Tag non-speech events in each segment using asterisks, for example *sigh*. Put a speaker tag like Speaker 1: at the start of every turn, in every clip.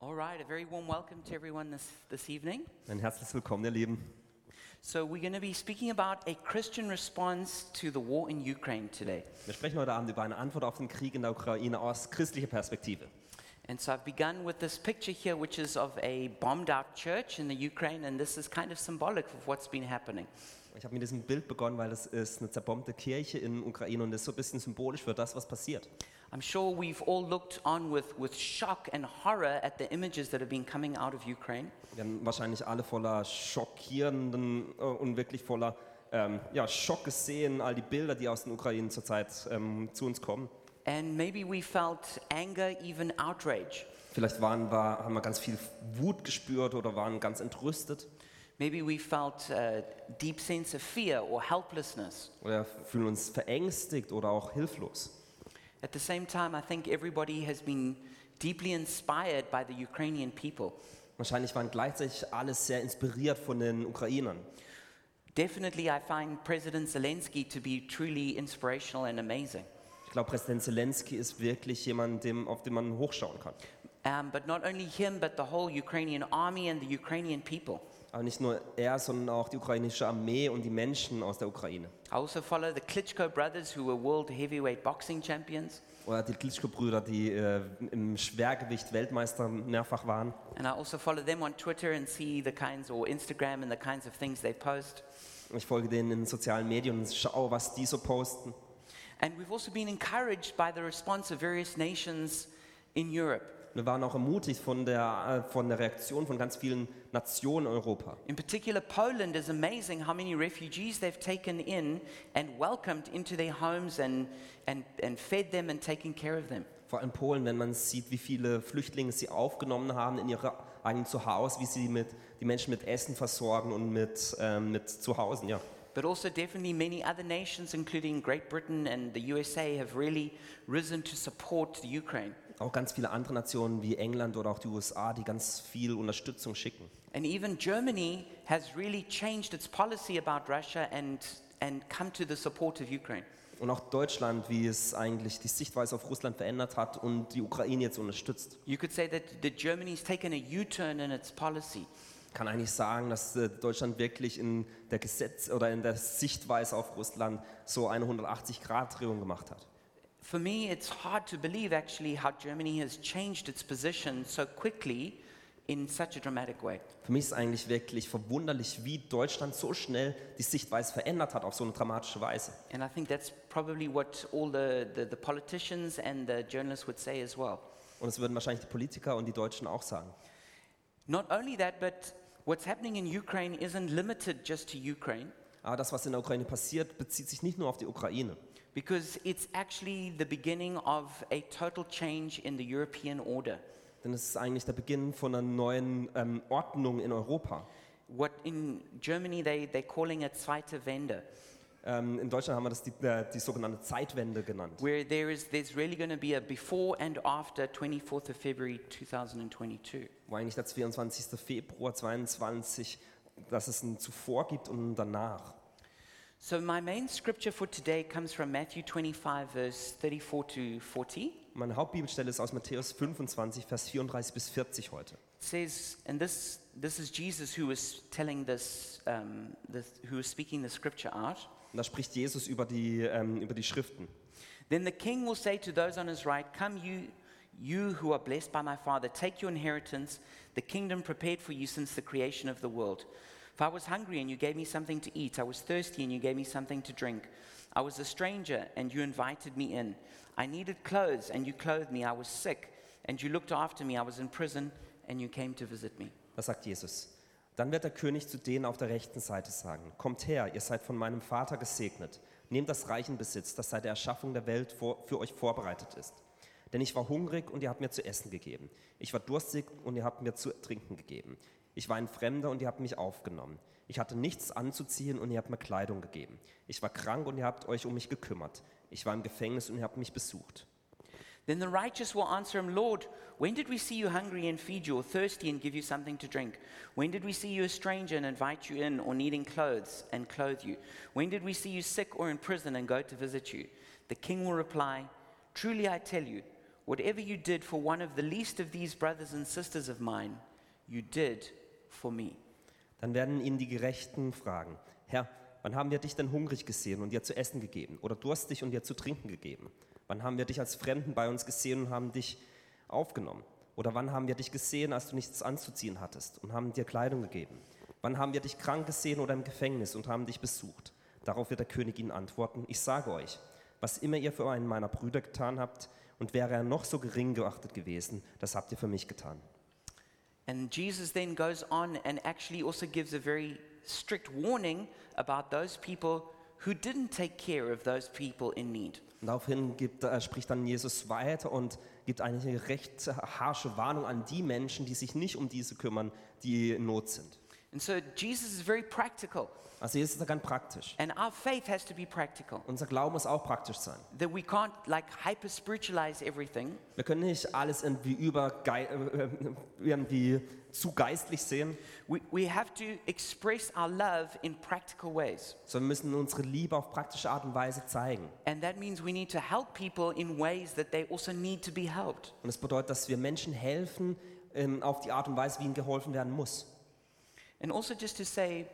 Speaker 1: All right, a very warm welcome to everyone this, this evening.
Speaker 2: Ein herzliches Willkommen, ihr Lieben.
Speaker 1: So, we're going to be speaking about a Christian response to the war in Ukraine today.
Speaker 2: Wir sprechen heute Abend über eine Antwort auf den Krieg in der Ukraine aus christlicher Perspektive.
Speaker 1: And so, I've begun with this picture here, which is of a bombed out church in the Ukraine, and this is kind of symbolic of what's been happening.
Speaker 2: Ich habe mit diesem Bild begonnen, weil das ist eine zerbombte Kirche in Ukraine und ist so ein bisschen symbolisch für das, was passiert.
Speaker 1: I'm sure we've all looked on with, with shock and horror at the images that have been coming out of Ukraine.
Speaker 2: Wir haben wahrscheinlich alle voller schockierenden äh, und wirklich voller ähm, ja, Schock gesehen, all die Bilder, die aus den Ukrainen zurzeit ähm, zu uns kommen.
Speaker 1: And maybe we felt anger, even outrage.
Speaker 2: Vielleicht waren wir, haben wir ganz viel Wut gespürt oder waren ganz entrüstet
Speaker 1: Maybe we felt a deep sense of fear or helplessness.
Speaker 2: oder fühlen uns verängstigt oder auch hilflos.
Speaker 1: At the same time, I think everybody has been deeply inspired by the Ukrainian people.
Speaker 2: Wahrscheinlich waren gleichzeitig alles sehr inspiriert von den Ukrainern.
Speaker 1: Definitely, I find President Zelensky to be truly inspirational and amazing.
Speaker 2: Ich glaube, Präsident Zelensky ist wirklich jemand, dem, auf den man hochschauen kann.
Speaker 1: Um, but not only him, but the whole Ukrainian army and the Ukrainian people.
Speaker 2: Aber nicht nur er, sondern auch die ukrainische Armee und die Menschen aus der Ukraine.
Speaker 1: I also follow the Klitschko brothers, who were world heavyweight boxing champions.
Speaker 2: Oder die Klitschko-Brüder, die äh, im Schwergewicht Weltmeister mehrfach waren.
Speaker 1: And I also follow them on Twitter and see the kinds, or Instagram, and the kinds of things they post.
Speaker 2: Ich folge denen in den sozialen Medien und schaue, was die so posten.
Speaker 1: And we've also been encouraged by the response of various nations in Europe.
Speaker 2: Wir waren auch ermutigt von der, äh, von der Reaktion von ganz vielen Nationen in Europa.
Speaker 1: In particular, Poland is amazing how many refugees they've taken in and welcomed into their homes and, and, and fed them and taken care of them.
Speaker 2: Vor allem Polen, wenn man sieht, wie viele Flüchtlinge sie aufgenommen haben in ihrem eigenen Zuhause, wie sie mit, die Menschen mit Essen versorgen und mit, ähm, mit Zuhause. Ja.
Speaker 1: But also, definitely, many other nations, including Great Britain and the USA, have really risen to support the Ukraine.
Speaker 2: Auch ganz viele andere Nationen wie England oder auch die USA, die ganz viel Unterstützung schicken.
Speaker 1: And even Germany has really changed its policy about Russia and, and come to the support of Ukraine.
Speaker 2: Und auch Deutschland, wie es eigentlich die Sichtweise auf Russland verändert hat und die Ukraine jetzt unterstützt.
Speaker 1: You could say that, that Germany's taken a U turn in its policy.
Speaker 2: Kann eigentlich sagen, dass äh, Deutschland wirklich in der Gesetz oder in der Sichtweise auf Russland so eine 180-Grad-Drehung gemacht hat.
Speaker 1: For me, it's hard to believe actually how Germany has changed its position so quickly in such a dramatic way.
Speaker 2: Für mich ist eigentlich wirklich verwunderlich, wie Deutschland so schnell die Sichtweise verändert hat auf so eine dramatische Weise.
Speaker 1: And I think that's probably what all the, the, the politicians and the journalists would say as well.
Speaker 2: Und das würden wahrscheinlich die Politiker und die Deutschen auch sagen.
Speaker 1: Not only that, but what's happening in Ukraine isn't limited just to Ukraine,
Speaker 2: Aber das, was in der Ukraine passiert, bezieht sich nicht nur auf die Ukraine,
Speaker 1: because it's actually the beginning of a total change in the European order.
Speaker 2: denn es ist eigentlich der Beginn von einer neuen ähm, Ordnung in Europa.
Speaker 1: What in Germany they, they're calling a Zweite Wende,
Speaker 2: Ähm, in Deutschland haben wir das die, äh, die sogenannte Zeitwende genannt.
Speaker 1: where there is, there's really going to be a before and after 24th of February 2022.
Speaker 2: wo eigentlich der 22. Februar 22, dass es ein Zuvor gibt und ein Danach.
Speaker 1: So, my main scripture for today comes from Matthew 25, verse 34 to 40. It
Speaker 2: Meine Hauptbibelstelle ist aus Matthäus 25, Vers 34 bis 40 heute.
Speaker 1: says, and this, this is Jesus who was telling this, um, this, who was speaking the scripture out.
Speaker 2: Und da spricht Jesus über die, ähm, über die Schriften.
Speaker 1: Then the king will say to those on his right, Come, you, you who are blessed by my father, take your inheritance, the kingdom prepared for you since the creation of the world. For I was hungry, and you gave me something to eat. I was thirsty, and you gave me something to drink. I was a stranger, and you invited me in. I needed clothes, and you clothed me. I was sick, and you looked after me. I was in prison, and you came to visit me.
Speaker 2: Das sagt Jesus. Dann wird der König zu denen auf der rechten Seite sagen, kommt her, ihr seid von meinem Vater gesegnet. Nehmt das reichen Besitz, das seit der Erschaffung der Welt vor, für euch vorbereitet ist. Denn ich war hungrig und ihr habt mir zu essen gegeben. Ich war durstig und ihr habt mir zu trinken gegeben. Ich war ein Fremder und ihr habt mich aufgenommen. Ich hatte nichts anzuziehen und ihr habt mir Kleidung gegeben. Ich war krank und ihr habt euch um mich gekümmert. Ich war im Gefängnis und ihr habt mich besucht.
Speaker 1: Then the righteous will answer him, Lord, when did we see you hungry and feed you, or thirsty and give you something to drink? When did we see you a stranger and invite you in, or needing clothes and clothe you? When did we see you sick or in prison and go to visit you? The king will reply, Truly I tell you, Whatever you did for one of the least of these brothers and sisters of mine, you did for me.
Speaker 2: Dann werden ihn die Gerechten fragen, Herr, wann haben wir dich denn hungrig gesehen und dir zu essen gegeben oder durstig und dir zu trinken gegeben? Wann haben wir dich als Fremden bei uns gesehen und haben dich aufgenommen? Oder wann haben wir dich gesehen, als du nichts anzuziehen hattest und haben dir Kleidung gegeben? Wann haben wir dich krank gesehen oder im Gefängnis und haben dich besucht? Darauf wird der König ihnen antworten, ich sage euch, was immer ihr für einen meiner Brüder getan habt, und wäre er noch so gering geachtet gewesen, das habt ihr für mich getan.
Speaker 1: And Jesus then goes on and actually also gives a very strict warning about those people who didn't take care of those people in need.
Speaker 2: Und daraufhin gibt, äh, spricht dann Jesus weiter und gibt eine recht harsche Warnung an die Menschen, die sich nicht um diese kümmern, die in Not sind.
Speaker 1: And so Jesus is very practical,
Speaker 2: Also Jesus ist da ganz praktisch.
Speaker 1: and our faith has to be practical.
Speaker 2: Unser Glauben muss auch praktisch sein.
Speaker 1: That we can't like hyper spiritualize everything,
Speaker 2: Wir können nicht alles irgendwie, über, äh, irgendwie zu geistlich sehen,
Speaker 1: we, we have to express our love in practical ways.
Speaker 2: sondern müssen unsere Liebe auf praktische Art und Weise zeigen.
Speaker 1: And that means we need to help people in ways that they also need to be helped.
Speaker 2: Und das bedeutet, dass wir Menschen helfen ähm, auf die Art und Weise, wie ihnen geholfen werden muss.
Speaker 1: And also, just to say,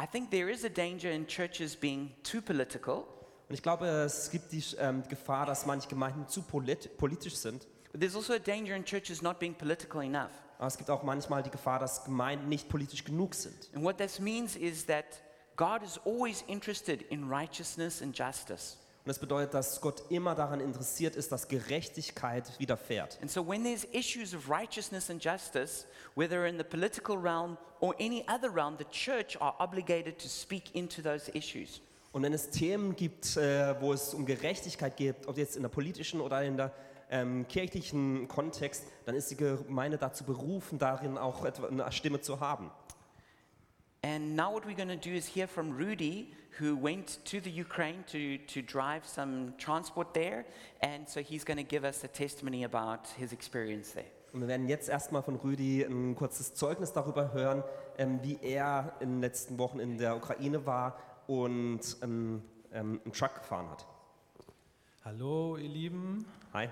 Speaker 1: I think there is a danger in churches being too political,
Speaker 2: Und ich glaube, es gibt die ähm, Gefahr, dass manche Gemeinden zu polit politisch sind.
Speaker 1: but there's also a danger in churches not being political enough.
Speaker 2: Aber es gibt auch manchmal die Gefahr, dass Gemeinden nicht politisch genug sind.
Speaker 1: And what this means is that God is always interested in righteousness and justice.
Speaker 2: Und das bedeutet, dass Gott immer daran interessiert ist, dass Gerechtigkeit widerfährt.
Speaker 1: And so, when there's issues of righteousness and justice, whether in the political realm or any other realm, the church are obligated to speak into those issues.
Speaker 2: Und wenn es Themen gibt, äh, wo es um Gerechtigkeit geht, ob jetzt in der politischen oder in der ähm, kirchlichen Kontext, dann ist die Gemeinde dazu berufen, darin auch etwa eine Stimme zu haben.
Speaker 1: And now, what we're going to do is hear from Rudy, who went to the Ukraine to, to drive some transport there. And so, he's going to give us a testimony about his experience there.
Speaker 2: Und wir werden jetzt erstmal von Rüdi ein kurzes Zeugnis darüber hören, ähm, wie er in den letzten Wochen in der Ukraine war und ähm, ähm, einen Truck gefahren hat.
Speaker 3: Hallo, ihr Lieben.
Speaker 2: Hi.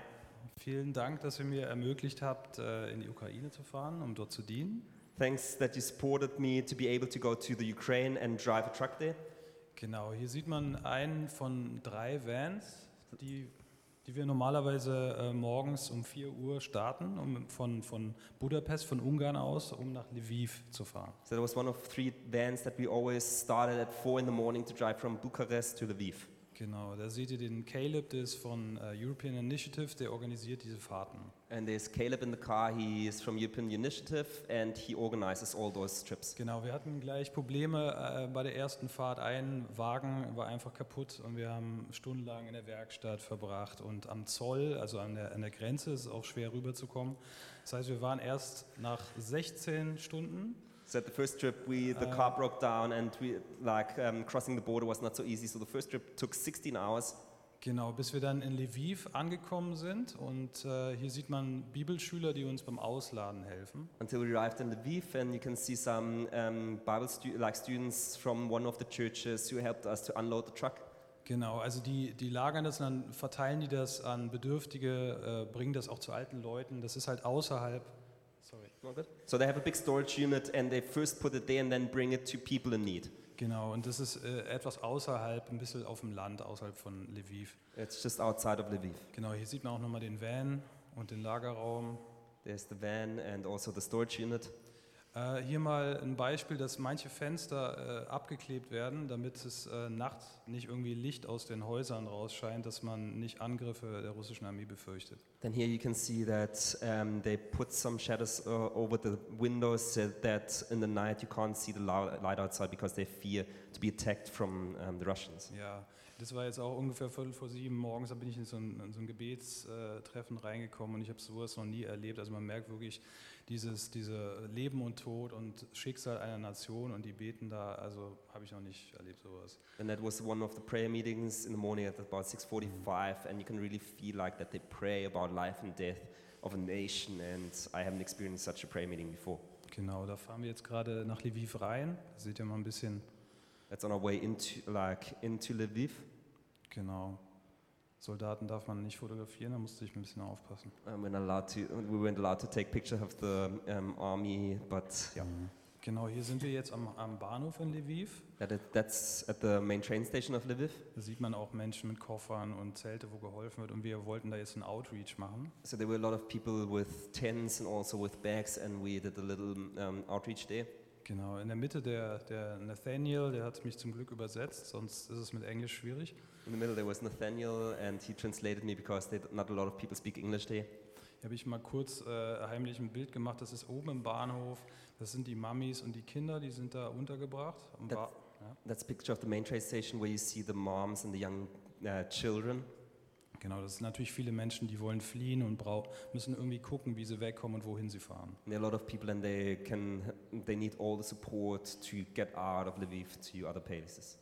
Speaker 3: Vielen Dank, dass ihr mir ermöglicht habt, äh, in die Ukraine zu fahren, um dort zu dienen.
Speaker 2: Thanks that you supported me to be able to go to the Ukraine and drive a truck there.
Speaker 3: Genau, hier sieht man einen von drei Vans, die, die wir normalerweise äh, morgens um 4 Uhr starten, um von, von Budapest, von Ungarn aus, um nach Lviv zu fahren.
Speaker 2: So that was one of three vans that we always started at four in the morning to drive from Bucharest to Lviv.
Speaker 3: Genau, da seht ihr den Caleb, der ist von äh, European Initiative, der organisiert diese Fahrten.
Speaker 2: And there's Caleb in the car. He is from European Initiative and he organizes all those trips.
Speaker 3: Genau, wir hatten gleich Probleme äh, bei der ersten Fahrt. Ein Wagen war einfach kaputt und wir haben stundenlang in der Werkstatt verbracht und am Zoll, also an der, an der Grenze, ist es auch schwer rüberzukommen. Das heißt, wir waren erst nach 16 Stunden.
Speaker 2: So at the first trip, we the car broke down, and we like um, crossing the border was not so easy. So the first trip took 16 hours,
Speaker 3: Genau, bis wir dann in Lviv angekommen sind und äh, hier sieht man Bibelschüler, die uns beim Ausladen helfen.
Speaker 2: until we arrived in Lviv, and you can see some um, Bible stu- like students from one of the churches who helped us to unload the truck.
Speaker 3: Genau, also die, die lagern das und dann verteilen die das an Bedürftige, äh, bringen das auch zu alten Leuten. Das ist halt außerhalb. Sorry.
Speaker 2: So they have a big storage unit, and they first put it there and then bring it to people in need.
Speaker 3: Genau, und das ist äh, etwas außerhalb, ein bisschen auf dem Land, außerhalb von Lviv.
Speaker 2: It's just outside of Lviv.
Speaker 3: Genau, hier sieht man auch nochmal den Van und den Lagerraum.
Speaker 2: There's the van and also the storage unit.
Speaker 3: Äh, hier mal ein Beispiel, dass manche Fenster äh, abgeklebt werden, damit es äh, nachts nicht irgendwie Licht aus den Häusern rausscheint, dass man nicht Angriffe der russischen Armee befürchtet.
Speaker 2: Then here you can see that um, they put some shadows uh, over the windows so that in the night you can't see the lou- light outside because they fear to be attacked from um, the Russians.
Speaker 3: Ja, das war jetzt auch ungefähr Viertel vor sieben morgens, da bin ich in so ein, in so ein Gebetstreffen reingekommen und ich habe sowas noch nie erlebt. Also man merkt wirklich dieses diese Leben und Tod und Schicksal einer Nation und die beten da, also habe ich noch nicht erlebt sowas.
Speaker 2: And that was one of the prayer meetings in the morning at about 6:45, and you can really feel like that they pray about life and death of a nation. And I haven't experienced such a prayer meeting before.
Speaker 3: Genau, da fahren wir jetzt gerade nach Lviv rein. Da seht ihr mal ein bisschen,
Speaker 2: That's on our way into like into Lviv.
Speaker 3: genau. Soldaten darf man nicht fotografieren, da musste ich ein bisschen aufpassen.
Speaker 2: Um, when allowed to, we weren't allowed to take pictures of the um, army, but yeah,
Speaker 3: Genau, hier sind wir jetzt am, am Bahnhof in Lviv.
Speaker 2: that, that's at the main train station of Lviv.
Speaker 3: Da sieht man auch Menschen mit Koffern und Zelte, wo geholfen wird. Und wir wollten da jetzt einen Outreach machen.
Speaker 2: So there were a lot of people with tents and also with bags, and we did a little um, outreach day.
Speaker 3: Genau, in der Mitte der, der Nathaniel, der hat mich zum Glück übersetzt, sonst ist es mit Englisch schwierig.
Speaker 2: In the middle there was Nathaniel, and he translated me because they, not a lot of people speak English there.
Speaker 3: Hier habe ich mal kurz äh, heimlich ein Bild gemacht. Das ist oben im Bahnhof. Das sind die Mammis und die Kinder, die sind da untergebracht. Am
Speaker 2: Das-
Speaker 3: Ba- ja.
Speaker 2: That's a picture of the main train station where you see the moms and the young uh, children.
Speaker 3: Genau, das sind natürlich viele Menschen, die wollen fliehen und brau müssen irgendwie gucken, wie sie wegkommen und wohin sie fahren.
Speaker 2: And there are a lot of people, and they can they need all the support to get out of Lviv to other places.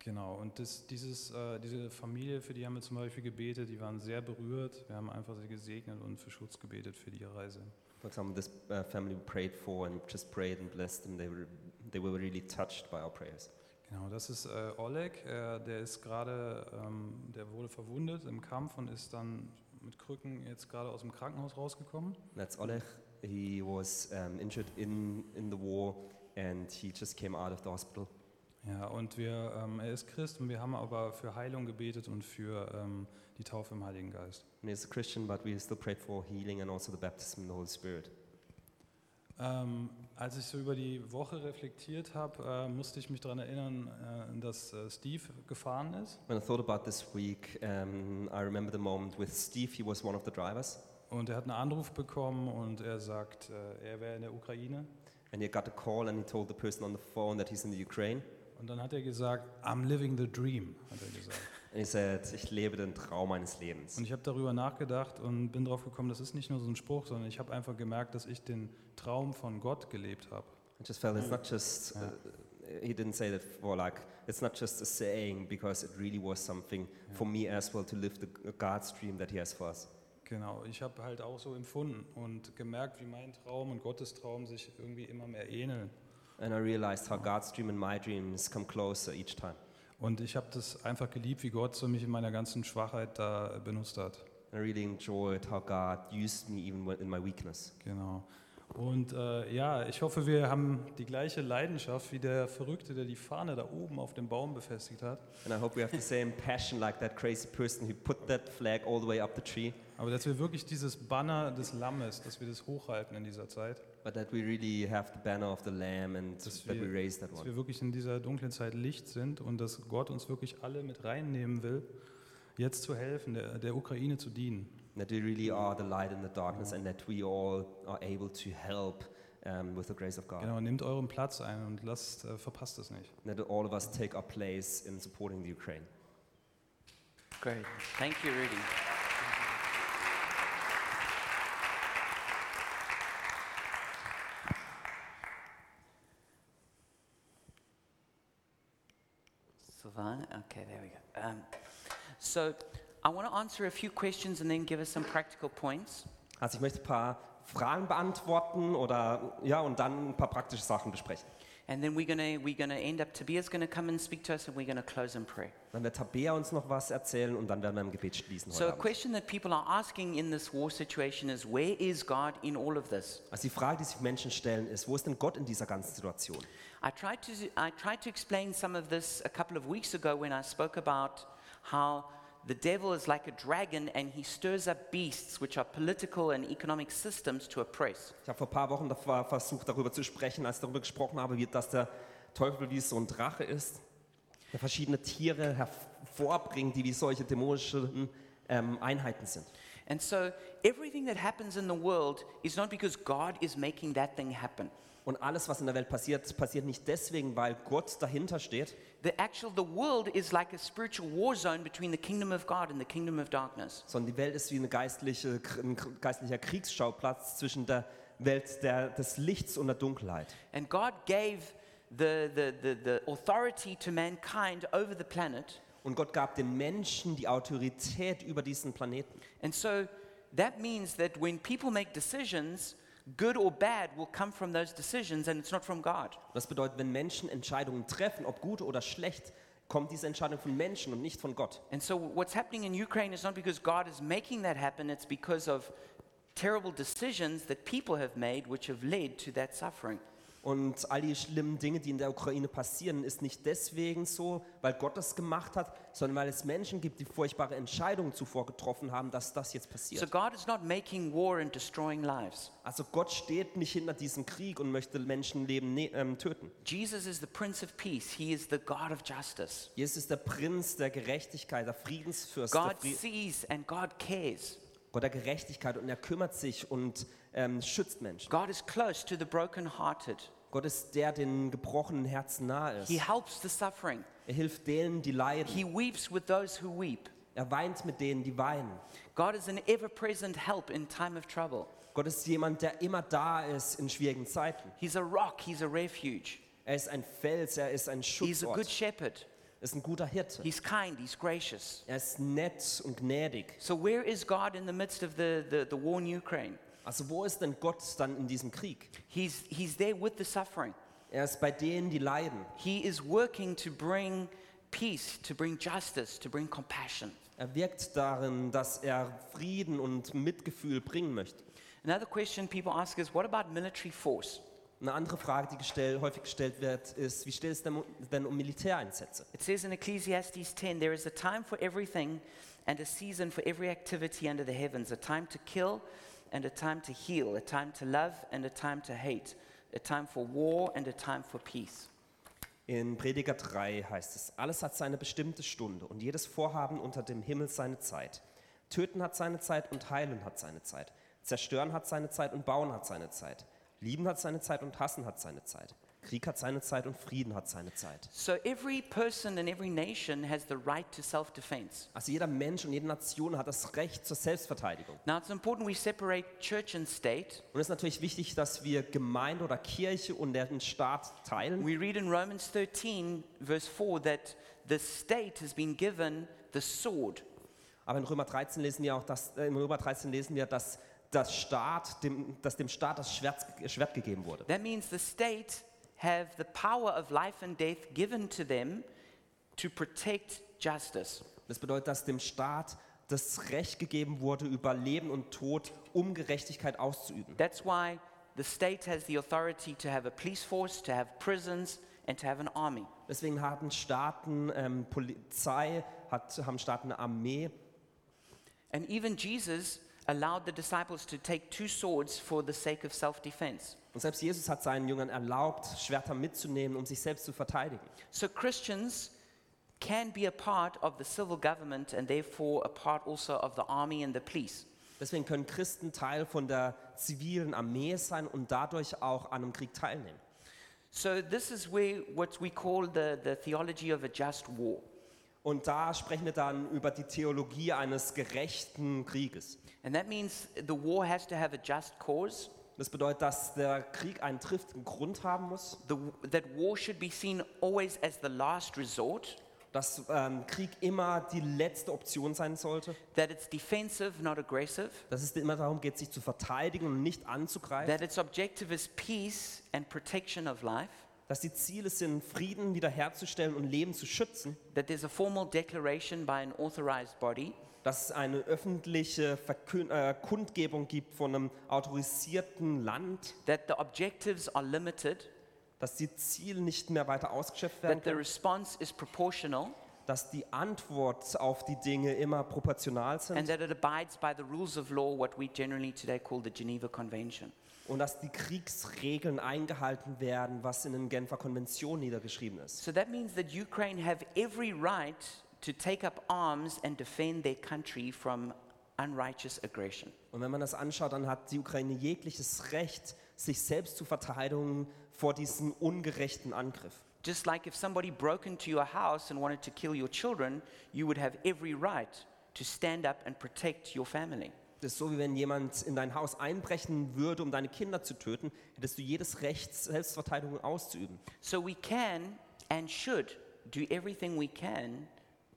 Speaker 3: Genau, und das, dieses, äh, diese Familie, für die haben wir zum Beispiel gebetet, die waren sehr berührt. Wir haben einfach sie gesegnet und für Schutz gebetet für die Reise.
Speaker 2: For example, this uh, family we prayed for and just prayed and blessed them. They were they were really touched by our prayers.
Speaker 3: Genau, das ist äh, Oleg, äh, der ist gerade, ähm, der wurde verwundet im Kampf und ist dann mit Krücken jetzt gerade aus dem Krankenhaus rausgekommen.
Speaker 2: That's Oleg. He was um, injured in in the war, and he just came out of the hospital.
Speaker 3: Ja, und wir, ähm, er ist Christ und wir haben aber für Heilung gebetet und für ähm, die Taufe im Heiligen Geist.
Speaker 2: And he's a Christian, but we still prayed for healing and also the baptism in the Holy Spirit.
Speaker 3: Ähm, als ich so über die Woche reflektiert habe, äh, musste ich mich daran erinnern, äh, dass äh, Steve gefahren ist
Speaker 2: When I thought about this week, um, I remember the moment with Steve. He was one of the drivers,
Speaker 3: und er hat einen Anruf bekommen und er sagt, äh, er wäre in der Ukraine.
Speaker 2: and he got a call, and he told the person on the phone that he's in the Ukraine,
Speaker 3: Und dann hat er gesagt, I'm living the dream, hat er gesagt.
Speaker 2: and he said, "Ich lebe den Traum meines Lebens."
Speaker 3: Und ich habe darüber nachgedacht und bin drauf gekommen, das ist nicht nur so ein Spruch, sondern ich habe einfach gemerkt, dass ich den Traum von Gott gelebt habe.
Speaker 2: I just felt it's not just. Uh, he didn't say that for like it's not just a saying because it really was something for me as well to live the God's dream that He has for us.
Speaker 3: Genau, ich habe halt auch so empfunden und gemerkt, wie mein Traum und Gottes Traum sich irgendwie immer mehr ähneln.
Speaker 2: And I realized how God's dream and my dreams come closer each time.
Speaker 3: Und ich habe das einfach geliebt, wie Gott so mich in meiner ganzen Schwachheit da äh, benutzt hat.
Speaker 2: And I really enjoyed how God used me even when- in my weakness.
Speaker 3: Genau. Und äh, ja, ich hoffe, wir haben die gleiche Leidenschaft wie der Verrückte, der die Fahne da oben auf dem Baum befestigt hat.
Speaker 2: And I hope we have the same passion like that crazy person who put that flag all the way up the tree,
Speaker 3: Aber dass wir wirklich dieses Banner des Lammes, dass wir das hochhalten in dieser Zeit.
Speaker 2: but that we really have the banner of the Lamb and
Speaker 3: Dass
Speaker 2: that we
Speaker 3: wir-
Speaker 2: raise that
Speaker 3: dass
Speaker 2: one.
Speaker 3: wir wirklich in dieser dunklen Zeit Licht sind und dass Gott uns wirklich alle mit reinnehmen will, jetzt zu helfen, der, der Ukraine zu dienen.
Speaker 2: That we really are the light in the darkness and that we all are able to help um, with the grace of God.
Speaker 3: Genau, nehmt euren Platz ein und lasst, äh, verpasst es nicht.
Speaker 2: And that all of us take our place in supporting the Ukraine.
Speaker 1: Great. Thank you, Rudy. Sylvain? Okay, there we go. Um, so I want to answer a few questions and then give us some practical points.
Speaker 2: Also ich möchte ein paar Fragen beantworten oder ja und dann ein paar praktische Sachen besprechen.
Speaker 1: And then we're going to we're gonna end up, Tobia's going to come and speak to us and we're going to close in prayer.
Speaker 2: Dann wird Tabea uns noch was erzählen und dann werden wir im Gebet schließen
Speaker 1: So a
Speaker 2: heute Abend.
Speaker 1: question that people are asking in this war situation is, where is God in all of this?
Speaker 2: Also die Frage, die sich Menschen stellen, ist, wo ist denn Gott in dieser ganzen Situation?
Speaker 1: I tried, to, I tried to explain some of this a couple of weeks ago when I spoke about how the devil is like a dragon and he stirs up beasts, which are political and economic systems, to oppress.
Speaker 2: Ich habe vor ein paar Wochen davor versucht, darüber zu sprechen, als ich darüber gesprochen habe, wie, dass der Teufel wie so ein Drache ist, der verschiedene Tiere hervorbringt, die wie solche dämonischen ähm, Einheiten sind.
Speaker 1: And so everything that happens in the world is not because God is making that thing happen.
Speaker 2: Und alles, was in der Welt passiert, passiert nicht deswegen, weil Gott dahinter steht,
Speaker 1: The actual, the world is like a spiritual war zone between the kingdom of God and the kingdom of darkness.
Speaker 2: sondern die Welt ist wie eine geistliche, ein geistlicher Kriegsschauplatz zwischen der Welt der, des Lichts und der Dunkelheit.
Speaker 1: And God gave the, the, the, the authority to mankind over the planet.
Speaker 2: Und Gott gab den Menschen die Autorität über diesen Planeten.
Speaker 1: And so that means that when people make decisions, good or bad will come from those decisions and it's not from God.
Speaker 2: Das bedeutet, wenn Menschen Entscheidungen treffen, ob gut oder schlecht, kommt diese Entscheidung von Menschen und nicht von Gott.
Speaker 1: And so, what's happening in Ukraine is not because God is making that happen, it's because of terrible decisions that people have made which have led to that suffering.
Speaker 2: Und all die schlimmen Dinge, die in der Ukraine passieren, ist nicht deswegen so, weil Gott das gemacht hat, sondern weil es Menschen gibt, die furchtbare Entscheidungen zuvor getroffen haben, dass das jetzt
Speaker 1: So,
Speaker 2: passiert.
Speaker 1: God is not making war and destroying lives.
Speaker 2: Also Gott steht nicht hinter diesem Krieg und möchte Menschenleben ne ähm, töten.
Speaker 1: Jesus is the Prince of Peace, He is the God of justice.
Speaker 2: Jesus ist der Prinz der Gerechtigkeit, der Friedensfürst, der,
Speaker 1: God
Speaker 2: Fri
Speaker 1: sees and God cares.
Speaker 2: Gott der Gerechtigkeit und er kümmert sich und ähm, schützt Menschen.
Speaker 1: God is close to the brokenhearted.
Speaker 2: Gott ist der, den gebrochenen Herzen nahe ist.
Speaker 1: He helps the suffering.
Speaker 2: Er hilft denen, die leiden.
Speaker 1: He weeps with those who weep.
Speaker 2: Er weint mit denen, die weinen.
Speaker 1: God is an ever present help in time of trouble.
Speaker 2: Gott ist jemand, der immer da ist in schwierigen Zeiten.
Speaker 1: He's a rock, He's a refuge.
Speaker 2: Er ist ein Fels, er ist ein
Speaker 1: He's a good
Speaker 2: Schutzort.
Speaker 1: shepherd.
Speaker 2: Er ist ein guter Hirte.
Speaker 1: He's kind, He's gracious.
Speaker 2: Er ist nett und gnädig.
Speaker 1: So, where is God in the midst of the, the, the war in Ukraine?
Speaker 2: Also wo ist denn Gott dann in diesem Krieg?
Speaker 1: He's, he's there with the suffering.
Speaker 2: Er ist bei denen, die leiden.
Speaker 1: He is working to bring peace, to bring justice, to bring compassion.
Speaker 2: Er wirkt darin, dass er Frieden und Mitgefühl bringen möchte.
Speaker 1: Another question people ask is what about military force?
Speaker 2: Eine andere Frage, die gestell, häufig gestellt wird, ist, wie steht es denn, denn um Militäreinsätze?
Speaker 1: It says in Ecclesiastes 10 there is a time for everything and a season for every activity under the heavens, a time to kill and a time to heal, a time to love and a time to hate, a time for war and a time for peace.
Speaker 2: In Prediger 3 heißt es, alles hat seine bestimmte Stunde und jedes Vorhaben unter dem Himmel seine Zeit. Töten hat seine Zeit und heilen hat seine Zeit. Zerstören hat seine Zeit und bauen hat seine Zeit. Lieben hat seine Zeit und hassen hat seine Zeit. Krieg hat seine Zeit und Frieden hat seine Zeit.
Speaker 1: So every person and every nation has the right to self defense.
Speaker 2: Also jeder Mensch und jede Nation hat das Recht zur Selbstverteidigung.
Speaker 1: Now it's important we separate church and state.
Speaker 2: Und es ist natürlich wichtig, dass wir Gemeinde oder Kirche und deren Staat teilen.
Speaker 1: We read in Romans 13, verse 4, that the state has been given the sword.
Speaker 2: Aber in Römer 13 lesen wir auch, dass, äh, in Römer 13 lesen wir, dass, das Staat dem, dass dem Staat das Schwert, Schwert gegeben wurde.
Speaker 1: That means the state have the power of life and death given to them to protect justice.
Speaker 2: Das bedeutet, dass dem Staat das Recht gegeben wurde, über Leben und Tod um Gerechtigkeit auszuüben.
Speaker 1: That's why the state has the authority to have a police force, to have prisons, and to have an army.
Speaker 2: Deswegen haben Staaten ähm, Polizei, hat, haben Staaten eine Armee.
Speaker 1: And even Jesus allowed the disciples to take two swords for the sake of self defense.
Speaker 2: Und selbst Jesus hat seinen Jüngern erlaubt, Schwerter mitzunehmen, um sich selbst zu verteidigen.
Speaker 1: So Christians can be a part of the civil government and therefore a part also of the army and the police.
Speaker 2: Deswegen können Christen Teil von der zivilen Armee sein und dadurch auch an einem Krieg teilnehmen.
Speaker 1: So this is where what we call the, the theology of a just war.
Speaker 2: Und da sprechen wir dann über die Theologie eines gerechten Krieges.
Speaker 1: And that means the war has to have a just cause.
Speaker 2: Das bedeutet, dass der Krieg einen triftigen Grund haben muss,
Speaker 1: The, that war should be seen always as the last resort.
Speaker 2: dass ähm, Krieg immer die letzte Option sein sollte,
Speaker 1: That it's defensive, not aggressive.
Speaker 2: dass es immer darum geht, sich zu verteidigen und nicht anzugreifen,
Speaker 1: That its objective is peace and protection of life.
Speaker 2: dass die Ziele sind, Frieden wiederherzustellen und Leben zu schützen,
Speaker 1: That there's a formal declaration by an authorized body.
Speaker 2: dass es eine öffentliche Verkün äh, Kundgebung gibt von einem autorisierten Land,
Speaker 1: That the objectives are limited.
Speaker 2: dass die Ziele nicht mehr weiter ausgeschöpft werden
Speaker 1: That the
Speaker 2: können,
Speaker 1: response is proportional.
Speaker 2: dass die Antwort auf die Dinge immer proportional
Speaker 1: And
Speaker 2: sind
Speaker 1: that it abides by the rules of law, what we generally today call the Geneva Convention.
Speaker 2: und dass die Kriegsregeln eingehalten werden, was in den Genfer Konventionen niedergeschrieben ist.
Speaker 1: So that means that Ukraine have every right to take up arms and defend their country from unrighteous aggression.
Speaker 2: Und wenn man das anschaut, dann hat die Ukraine jegliches Recht, sich selbst zu verteidigen vor diesem ungerechten Angriff.
Speaker 1: Just like if somebody broke into your house and wanted to kill your children, you would have every right to stand up and protect your family.
Speaker 2: Das ist so, wie wenn jemand in dein Haus einbrechen würde, um deine Kinder zu töten, hättest du jedes Recht, Selbstverteidigung auszuüben.
Speaker 1: So we can and should do everything we can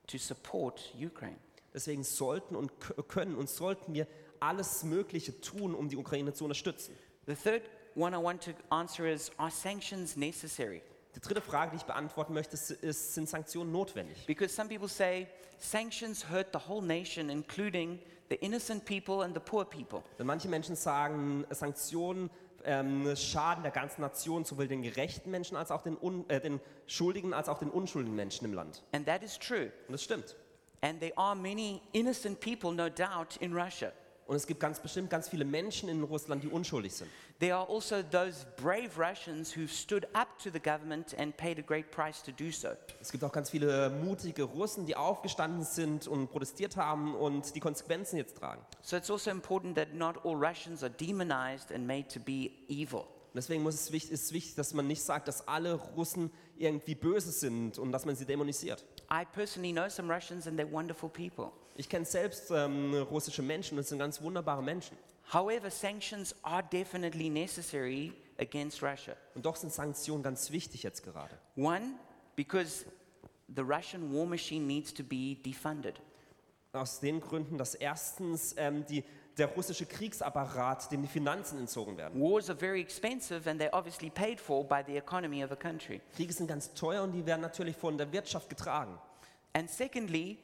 Speaker 1: to support Ukraine.
Speaker 2: Deswegen sollten und k- können und sollten wir alles Mögliche tun, um die Ukraine zu unterstützen.
Speaker 1: The third one I want to answer is are sanctions necessary?
Speaker 2: Die dritte Frage, die ich beantworten möchte, ist, ist sind Sanktionen notwendig?
Speaker 1: Because some people say sanctions hurt the whole nation, including the innocent people and the poor people.
Speaker 2: Denn manche Menschen sagen, Sanktionen ähm, schaden der ganzen Nation, sowohl den gerechten Menschen als auch den, un, äh, den schuldigen als auch den unschuldigen Menschen im Land.
Speaker 1: And that is true.
Speaker 2: Und das stimmt.
Speaker 1: And there are many innocent people, no doubt, in Russia.
Speaker 2: Und es gibt ganz bestimmt ganz viele Menschen in Russland, die unschuldig sind.
Speaker 1: There are also those brave Russians who've stood up to the government and paid a great price to do so.
Speaker 2: Es gibt auch ganz viele mutige Russen, die aufgestanden sind und protestiert haben und die Konsequenzen jetzt tragen.
Speaker 1: So it's also important that not all Russians are demonized and made to be evil.
Speaker 2: Und deswegen muss es wichtig, ist es wichtig, dass man nicht sagt, dass alle Russen irgendwie böse sind und dass man sie dämonisiert.
Speaker 1: I personally know some Russians and they're wonderful people.
Speaker 2: Ich kenne selbst ähm, russische Menschen und es sind ganz wunderbare Menschen.
Speaker 1: However, sanctions are definitely necessary against Russia.
Speaker 2: Und doch sind Sanktionen ganz wichtig jetzt gerade.
Speaker 1: One, because the Russian war machine needs to be defunded.
Speaker 2: Aus den Gründen, dass erstens ähm, die, der russische Kriegsapparat, dem die Finanzen entzogen werden.
Speaker 1: Wars are very expensive and they're obviously paid for by the economy of a country.
Speaker 2: Kriege sind ganz teuer und die werden natürlich von der Wirtschaft getragen.
Speaker 1: And secondly,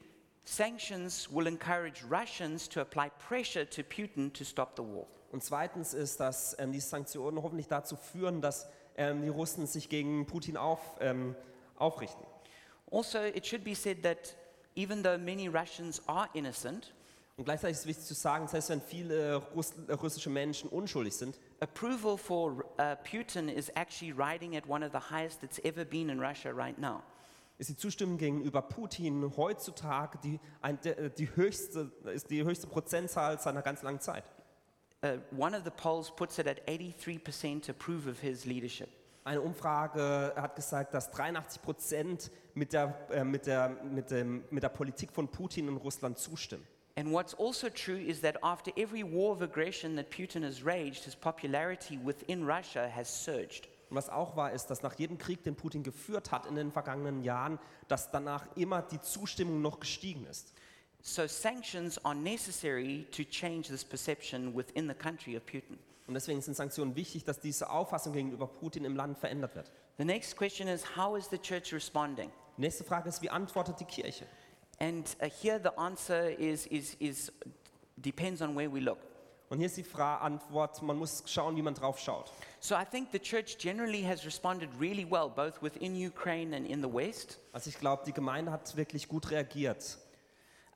Speaker 1: sanctions will encourage Russians to apply pressure to Putin to stop the war.
Speaker 2: Und zweitens ist, dass ähm, die Sanktionen hoffentlich dazu führen, dass ähm, die Russen sich gegen Putin auf, ähm, aufrichten.
Speaker 1: Also, it should be said that even though many Russians are innocent,
Speaker 2: Und gleichzeitig ist wichtig zu sagen, das heißt, wenn viele Russ äh, russische Menschen unschuldig sind,
Speaker 1: approval for uh, Putin is actually riding at one of the highest it's ever been in Russia right now.
Speaker 2: ist die Zustimmung gegenüber Putin heutzutage die, ein, der, äh, die, höchste, ist die höchste Prozentzahl seiner ganz langen Zeit.
Speaker 1: Uh, one of the polls puts it at 83% approve of his leadership.
Speaker 2: Eine Umfrage hat gesagt, dass 83 Prozent mit der, äh, mit, der, mit, dem, mit der Politik von Putin in Russland zustimmen.
Speaker 1: And what's also true is that after every war of aggression that Putin has waged, his popularity within Russia has surged.
Speaker 2: Und was auch war, ist, dass nach jedem Krieg, den Putin geführt hat in den vergangenen Jahren, dass danach immer die Zustimmung noch gestiegen ist.
Speaker 1: So sanctions are necessary to change this perception within the country of Putin.
Speaker 2: Und deswegen sind Sanktionen wichtig, dass diese Auffassung gegenüber Putin im Land verändert wird.
Speaker 1: The next question is how is the church responding?
Speaker 2: Nächste Frage ist, wie antwortet die Kirche?
Speaker 1: And uh, here the answer is, is, is depends on where we look.
Speaker 2: Und hier ist die Fra Antwort, man muss schauen, wie man drauf schaut.
Speaker 1: So I think the church generally has responded really well, both within Ukraine and in the West.
Speaker 2: Also ich glaube, die Gemeinde hat wirklich gut reagiert.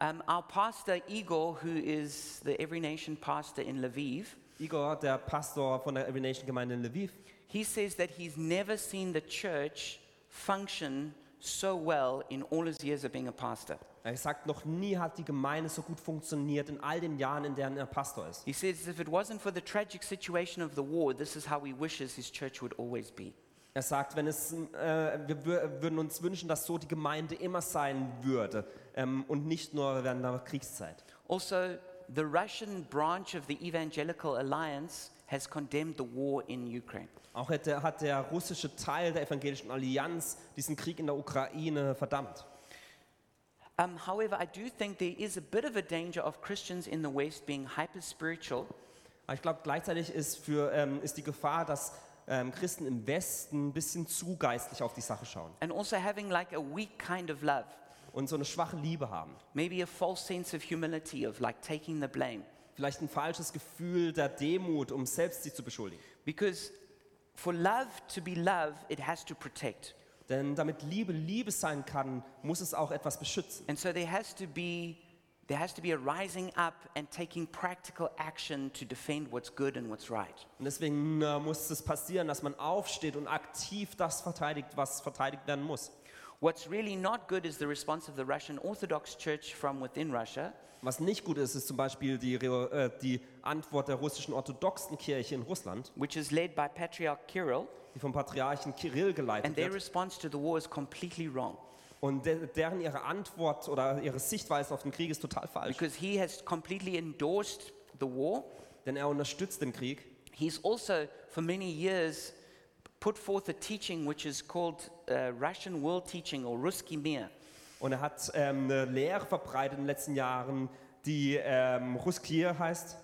Speaker 1: Um, our pastor, Igor, who is the Every Nation pastor in Lviv,
Speaker 2: Igor, der Pastor von der Every Nation Gemeinde in Lviv,
Speaker 1: he says that he's never seen the church function so well in all his years of being a pastor.
Speaker 2: er sagt, noch nie hat die Gemeinde so gut funktioniert in all den Jahren, in denen er Pastor ist.
Speaker 1: He says if it wasn't for the tragic situation of the war, this is how he wishes his church would always be.
Speaker 2: Er sagt, wenn es, äh, wir wür- würden uns wünschen, dass so die Gemeinde immer sein würde ähm, und nicht nur während der Kriegszeit.
Speaker 1: Also, the Russian branch of the Evangelical Alliance has condemned the war in Ukraine.
Speaker 2: Auch hat der, hat der russische Teil der Evangelischen Allianz diesen Krieg in der Ukraine verdammt.
Speaker 1: Um, however, I do think there is a bit of a danger of Christians in the West being hyper spiritual
Speaker 2: Aber ich glaube, gleichzeitig ist, für, ähm, ist die Gefahr, dass ähm, Christen im Westen ein bisschen zu geistlich auf die Sache schauen
Speaker 1: and also having like a weak kind of love,
Speaker 2: und so eine schwache Liebe haben.
Speaker 1: maybe a false sense of humility of like taking the blame.
Speaker 2: Vielleicht ein falsches Gefühl der Demut, um selbst sich zu beschuldigen.
Speaker 1: Because for love to be love, it has to protect.
Speaker 2: Denn damit Liebe Liebe sein kann, muss es auch etwas beschützen.
Speaker 1: And so there has to be there has to be a rising up and taking practical action to defend what's good and what's right.
Speaker 2: Und deswegen äh, muss es passieren, dass man aufsteht und aktiv das verteidigt, was verteidigt werden muss.
Speaker 1: What's really not good is the response of the Russian Orthodox Church from within Russia,
Speaker 2: Was nicht gut ist, ist zum Beispiel die, Re- äh, die Antwort der russischen orthodoxen Kirche in Russland,
Speaker 1: which is led by Patriarch Kirill,
Speaker 2: die vom Patriarchen Kirill
Speaker 1: and
Speaker 2: geleitet
Speaker 1: their
Speaker 2: wird.
Speaker 1: response to the war is completely wrong
Speaker 2: Und de deren ihre Antwort oder ihre Sichtweise auf den Krieg ist total falsch.
Speaker 1: because he has completely endorsed the war.
Speaker 2: Denn er unterstützt den Krieg.
Speaker 1: He's also, for many years, put forth a teaching which is called uh, Russian World Teaching or Ruski Mir.
Speaker 2: Und er hat ähm, eine Lehre verbreitet in den letzten Jahren, die ähm, Ruskir heißt.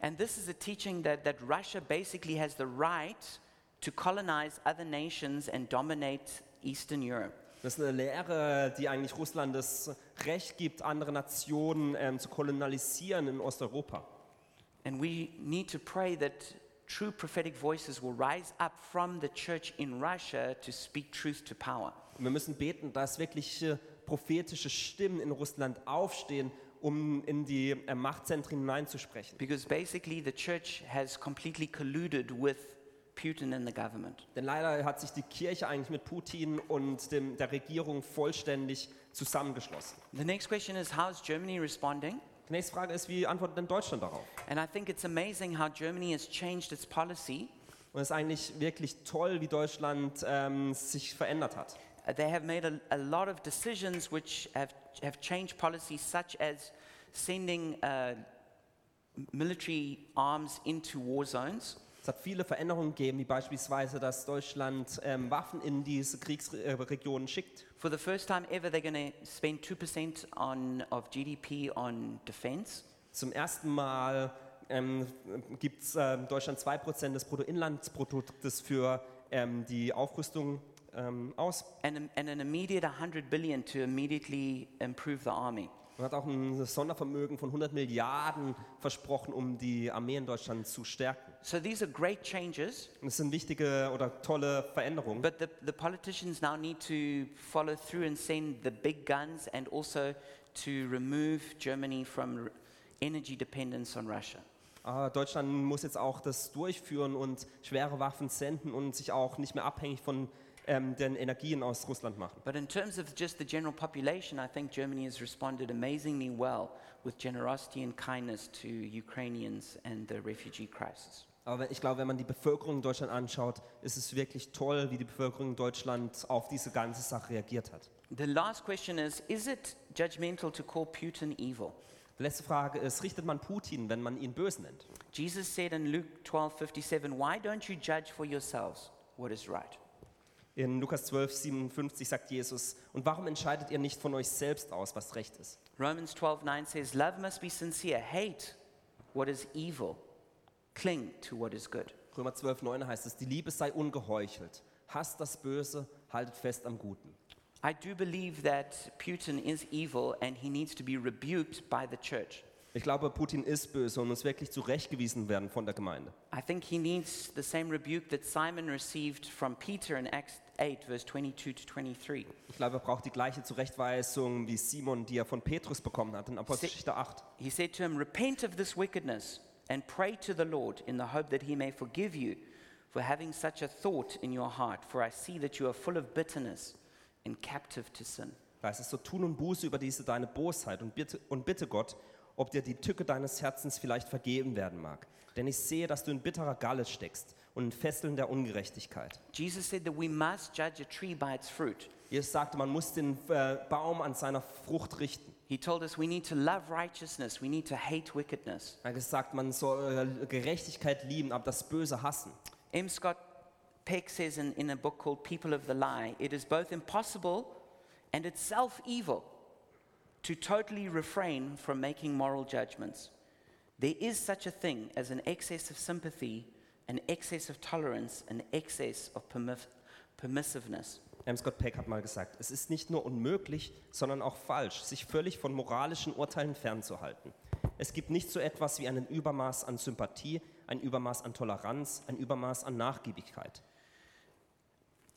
Speaker 1: And this is a teaching that, that Russia basically has the right to colonize other nations and dominate Eastern Europe.
Speaker 2: Das ist eine Lehre, die eigentlich Russland das Recht gibt, andere Nationen ähm, zu kolonialisieren in Osteuropa.
Speaker 1: And we need to pray that true prophetic voices will rise up from the church in Russia to speak truth to power.
Speaker 2: Und wir müssen beten, dass wirklich äh, prophetische Stimmen in Russland aufstehen, um in die äh, Machtzentren hineinzusprechen.
Speaker 1: Because basically, the church has completely colluded with Putin and the government.
Speaker 2: Denn leider hat sich die Kirche eigentlich mit Putin und dem, der Regierung vollständig zusammengeschlossen.
Speaker 1: The next question is How's Germany responding?
Speaker 2: Die nächste Frage ist, wie antwortet denn Deutschland darauf?
Speaker 1: And I think it's amazing how Germany has changed its policy.
Speaker 2: Und es ist eigentlich wirklich toll, wie Deutschland ähm, sich verändert hat.
Speaker 1: Uh, They have made a, a lot of decisions which have, have changed policies, such as sending uh, m- military arms into war zones.
Speaker 2: Es hat viele Veränderungen gegeben, wie beispielsweise, dass Deutschland ähm, Waffen in diese Kriegsregionen schickt.
Speaker 1: For the first time ever, they're going to spend 2% on, of GDP on defense.
Speaker 2: Zum ersten Mal ähm, gibt es ähm, Deutschland 2% des Bruttoinlandsproduktes für ähm, die Aufrüstung ähm, aus
Speaker 1: And, um, and an immediate 100 billion to immediately improve the army.
Speaker 2: und hat auch ein Sondervermögen von 100 Milliarden versprochen, um die Armee in Deutschland zu stärken.
Speaker 1: So these are great changes,
Speaker 2: Und das sind wichtige oder tolle Veränderungen.
Speaker 1: but the, the politicians now need to follow through and send the big guns and also to remove Germany from r- energy dependence on Russia.
Speaker 2: Aber Ah, Deutschland muss jetzt auch das durchführen und schwere Waffen senden und sich auch nicht mehr abhängig von ähm, den Energien aus Russland machen.
Speaker 1: But in terms of just the general population, I think Germany has responded amazingly well with generosity and kindness to Ukrainians and the refugee crisis.
Speaker 2: Aber ich glaube, wenn man die Bevölkerung in Deutschland anschaut, ist es wirklich toll, wie die Bevölkerung in Deutschland auf diese ganze Sache reagiert hat.
Speaker 1: The last question is Is it judgmental to call Putin evil?
Speaker 2: Die letzte Frage ist, richtet man Putin, wenn man ihn böse nennt?
Speaker 1: Jesus said in Luke 12 57, Why don't you judge for yourselves what is right?
Speaker 2: In Lukas 12, 57 sagt Jesus, und warum entscheidet ihr nicht von euch selbst aus, was recht ist?
Speaker 1: Romans 12 9 says, Love must be sincere, hate what is evil, cling to what is good.
Speaker 2: Römer 12, 9 heißt es, die Liebe sei ungeheuchelt, hasst das Böse, haltet fest am Guten.
Speaker 1: I do believe that Putin is evil and he needs to be rebuked by the church.
Speaker 2: Ich glaube, Putin ist böse und muss wirklich zurechtgewiesen werden von der Gemeinde.
Speaker 1: I think he needs the same rebuke that Simon received from Peter in Acts 8, verse 22 to 23.
Speaker 2: Ich glaube, er braucht die gleiche Zurechtweisung wie Simon, die er von Petrus bekommen hat in Apostelgeschichte 8.
Speaker 1: He said to him, Repent of this wickedness and pray to the Lord in the hope that he may forgive you for having such a thought in your heart, for I see that you are full of bitterness and captive to sin.
Speaker 2: Da heißt es so, tun und Buße über diese deine Bosheit und bitte, und bitte Gott, ob dir die Tücke deines Herzens vielleicht vergeben werden mag. Denn ich sehe, dass du in bitterer Galle steckst und in Fesseln der Ungerechtigkeit.
Speaker 1: Jesus said that we must judge a tree by its fruit.
Speaker 2: Jesus sagte, man muss den äh, Baum an seiner Frucht richten.
Speaker 1: He told us we need to love righteousness, we need to hate wickedness.
Speaker 2: Er hat gesagt, man soll äh, Gerechtigkeit lieben, aber das Böse hassen.
Speaker 1: M. Scott Peck says in, in a book called People of the Lie it is both impossible and itself evil to totally refrain from making moral judgments. There is such a thing as an excess of sympathy, an excess of tolerance, an excess of permif- permissiveness.
Speaker 2: M. Scott Peck hat mal gesagt, es ist nicht nur unmöglich, sondern auch falsch, sich völlig von moralischen Urteilen fernzuhalten. Es gibt nicht so etwas wie einen Übermaß an Sympathie, ein Übermaß an Toleranz, ein Übermaß an Nachgiebigkeit.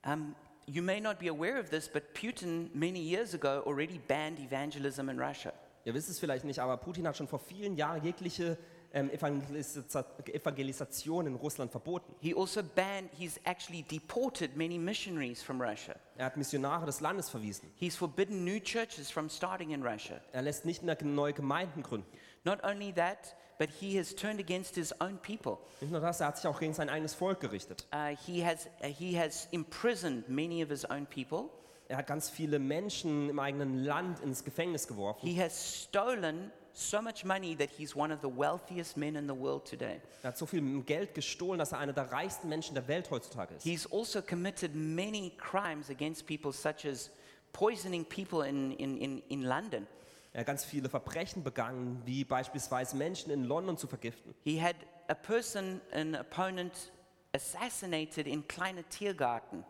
Speaker 1: Um, you may not be aware of this, but Putin many years ago already banned evangelism in Russia.
Speaker 2: Ihr wisst es vielleicht nicht, aber Putin hat schon vor vielen Jahren jegliche ähm, Evangelisa Evangelisation in Russland verboten.
Speaker 1: He also banned, he's actually deported many missionaries from Russia.
Speaker 2: Er hat Missionare des Landes verwiesen.
Speaker 1: He's forbidden new churches from starting in Russia.
Speaker 2: Er lässt nicht mehr neue Gemeinden gründen.
Speaker 1: Not only that, but he has turned against his own people.
Speaker 2: Nicht nur das, er hat sich auch gegen sein eigenes Volk gerichtet.
Speaker 1: Uh, he, has, uh, he has imprisoned many of his own people.
Speaker 2: Er hat ganz viele Menschen im eigenen Land ins Gefängnis geworfen.
Speaker 1: He has stolen so much money that he's one of the wealthiest men in the world today.
Speaker 2: Er hat so viel Geld gestohlen, dass er einer der reichsten Menschen der Welt heutzutage ist.
Speaker 1: He's also committed many crimes against people, such as poisoning people in, in, in, in London.
Speaker 2: Er hat ganz viele Verbrechen begangen, wie beispielsweise Menschen in London zu vergiften.
Speaker 1: He had a person, an opponent, assassinated in Kleine Tiergarten,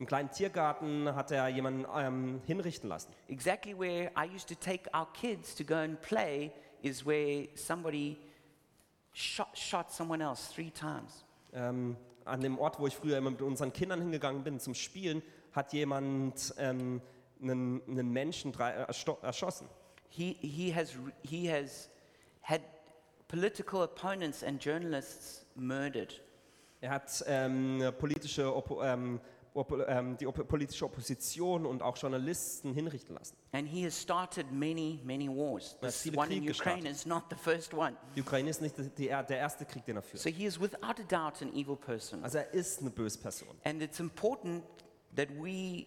Speaker 2: Im kleinen Tiergarten hat er jemanden ähm, hinrichten lassen.
Speaker 1: exactly where I used to take our kids to go and play, is where somebody shot, shot someone else three times.
Speaker 2: Ähm, an dem Ort, wo ich früher immer mit unseren Kindern hingegangen bin zum Spielen, hat jemand ähm, einen, einen Menschen drei, ersto- erschossen.
Speaker 1: He, he, has, re- he has had political opponents and journalists murdered.
Speaker 2: Er hat ähm, politische Oppo, ähm, Oppo, ähm, die Oppo, politische Opposition und auch Journalisten hinrichten lassen.
Speaker 1: And he has started many, many wars.
Speaker 2: Er hat
Speaker 1: This
Speaker 2: viele
Speaker 1: one in
Speaker 2: Kriege
Speaker 1: Ukraine
Speaker 2: gestartet.
Speaker 1: is not the first one.
Speaker 2: Die Ukraine ist nicht die, die, der erste Krieg, den er führt.
Speaker 1: So he is without a doubt an evil person.
Speaker 2: Also er ist eine böse Person.
Speaker 1: And it's important that we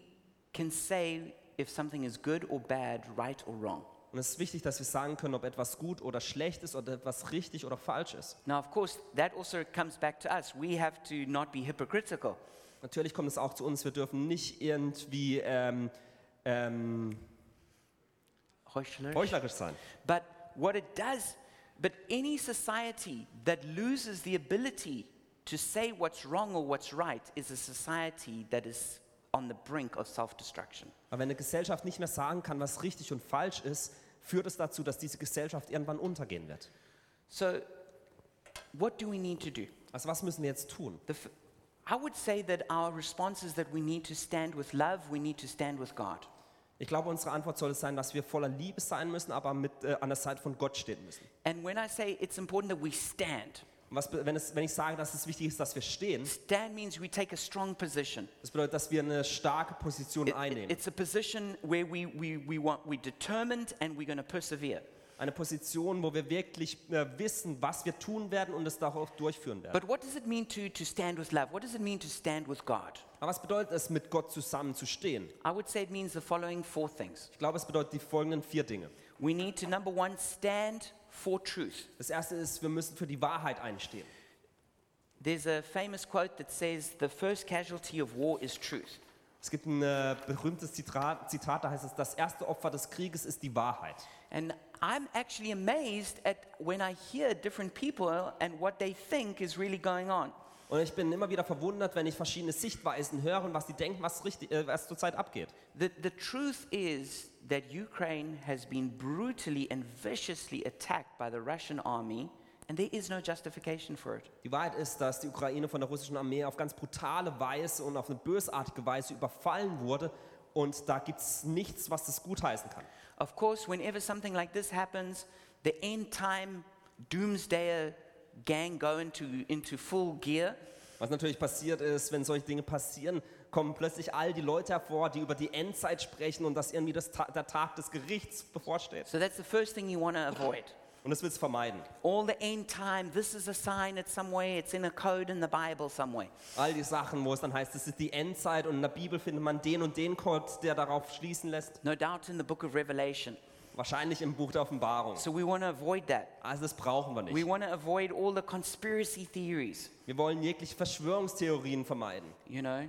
Speaker 1: can say if something is good or bad, right or wrong.
Speaker 2: Und es ist wichtig, dass wir sagen können, ob etwas gut oder schlecht ist oder etwas richtig oder falsch ist.
Speaker 1: Now, of course, that also comes back to us. We have to not be hypocritical.
Speaker 2: Natürlich kommt es auch zu uns, wir dürfen nicht irgendwie ähm, ähm,
Speaker 1: Heuchlerisch.
Speaker 2: heuchlerisch sein.
Speaker 1: But what it does, but any society that loses the ability to say what's wrong or what's right is a society that is on the brink of self destruction.
Speaker 2: Aber wenn eine Gesellschaft nicht mehr sagen kann, was richtig und falsch ist, führt es dazu, dass diese Gesellschaft irgendwann untergehen wird.
Speaker 1: So, what do we need to do?
Speaker 2: Also was müssen wir jetzt tun?
Speaker 1: The f- I would say that our response is that we need to stand with love, we need to stand with God.
Speaker 2: Ich glaube, unsere Antwort soll es sein, dass wir voller Liebe sein müssen, aber mit, äh, an der Seite von Gott stehen müssen.
Speaker 1: And when I say it's important that we stand,
Speaker 2: Und was, be- wenn, es, wenn ich sage, dass es wichtig ist, dass wir stehen,
Speaker 1: stand means we take a strong position.
Speaker 2: das bedeutet, dass wir eine starke Position
Speaker 1: It- it-
Speaker 2: einnehmen.
Speaker 1: it's a position where we, we, we want, we're determined and we're going to persevere.
Speaker 2: Eine Position, wo wir wirklich äh, wissen, was wir tun werden und es darauf durchführen werden.
Speaker 1: But what does it mean to, to stand with love? What does it mean to stand with God?
Speaker 2: Aber was bedeutet es, mit Gott zusammen zu stehen?
Speaker 1: I would say it means the following four things.
Speaker 2: Ich glaube, es bedeutet die folgenden vier Dinge.
Speaker 1: We need to, number one, stand for truth.
Speaker 2: Das erste ist, wir müssen für die Wahrheit einstehen.
Speaker 1: There's a famous quote that says, The first casualty of war is truth.
Speaker 2: Es gibt ein äh, berühmtes Zitat, Zitat, da heißt es, das erste Opfer des Krieges ist die Wahrheit.
Speaker 1: And I'm actually amazed at when I hear different people and what they think is really going on.
Speaker 2: Und ich bin immer wieder verwundert, wenn ich verschiedene Sichtweisen höre und was die denken, was, richtig, äh, was zurzeit abgeht.
Speaker 1: The, the truth is that Ukraine has been brutally and viciously attacked by the Russian army, and there is no justification for it.
Speaker 2: Die Wahrheit ist, dass die Ukraine von der russischen Armee auf ganz brutale Weise und auf eine bösartige Weise überfallen wurde. Und da gibt es nichts, was das gutheißen kann.
Speaker 1: Of course, whenever something like this happens, the end time doomsdayer gang go into, into full gear.
Speaker 2: Was natürlich passiert ist, wenn solche Dinge passieren, kommen plötzlich all die Leute hervor, die über die Endzeit sprechen und dass irgendwie das Ta der Tag des Gerichts bevorsteht.
Speaker 1: So that's the first thing you want to avoid.
Speaker 2: Und das willst du vermeiden.
Speaker 1: All the end time, this is a sign, it's somewhere, it's in a code in the Bible somewhere.
Speaker 2: All die Sachen, wo es dann heißt, es ist die Endzeit und in der Bibel findet man den und den Code, der darauf schließen lässt.
Speaker 1: No doubt in the book of Revelation.
Speaker 2: Wahrscheinlich im Buch der Offenbarung.
Speaker 1: So we want to avoid that.
Speaker 2: Also das brauchen wir
Speaker 1: We
Speaker 2: nicht.
Speaker 1: want to avoid all the conspiracy theories,
Speaker 2: Wir wollen jegliche Verschwörungstheorien vermeiden.
Speaker 1: you know.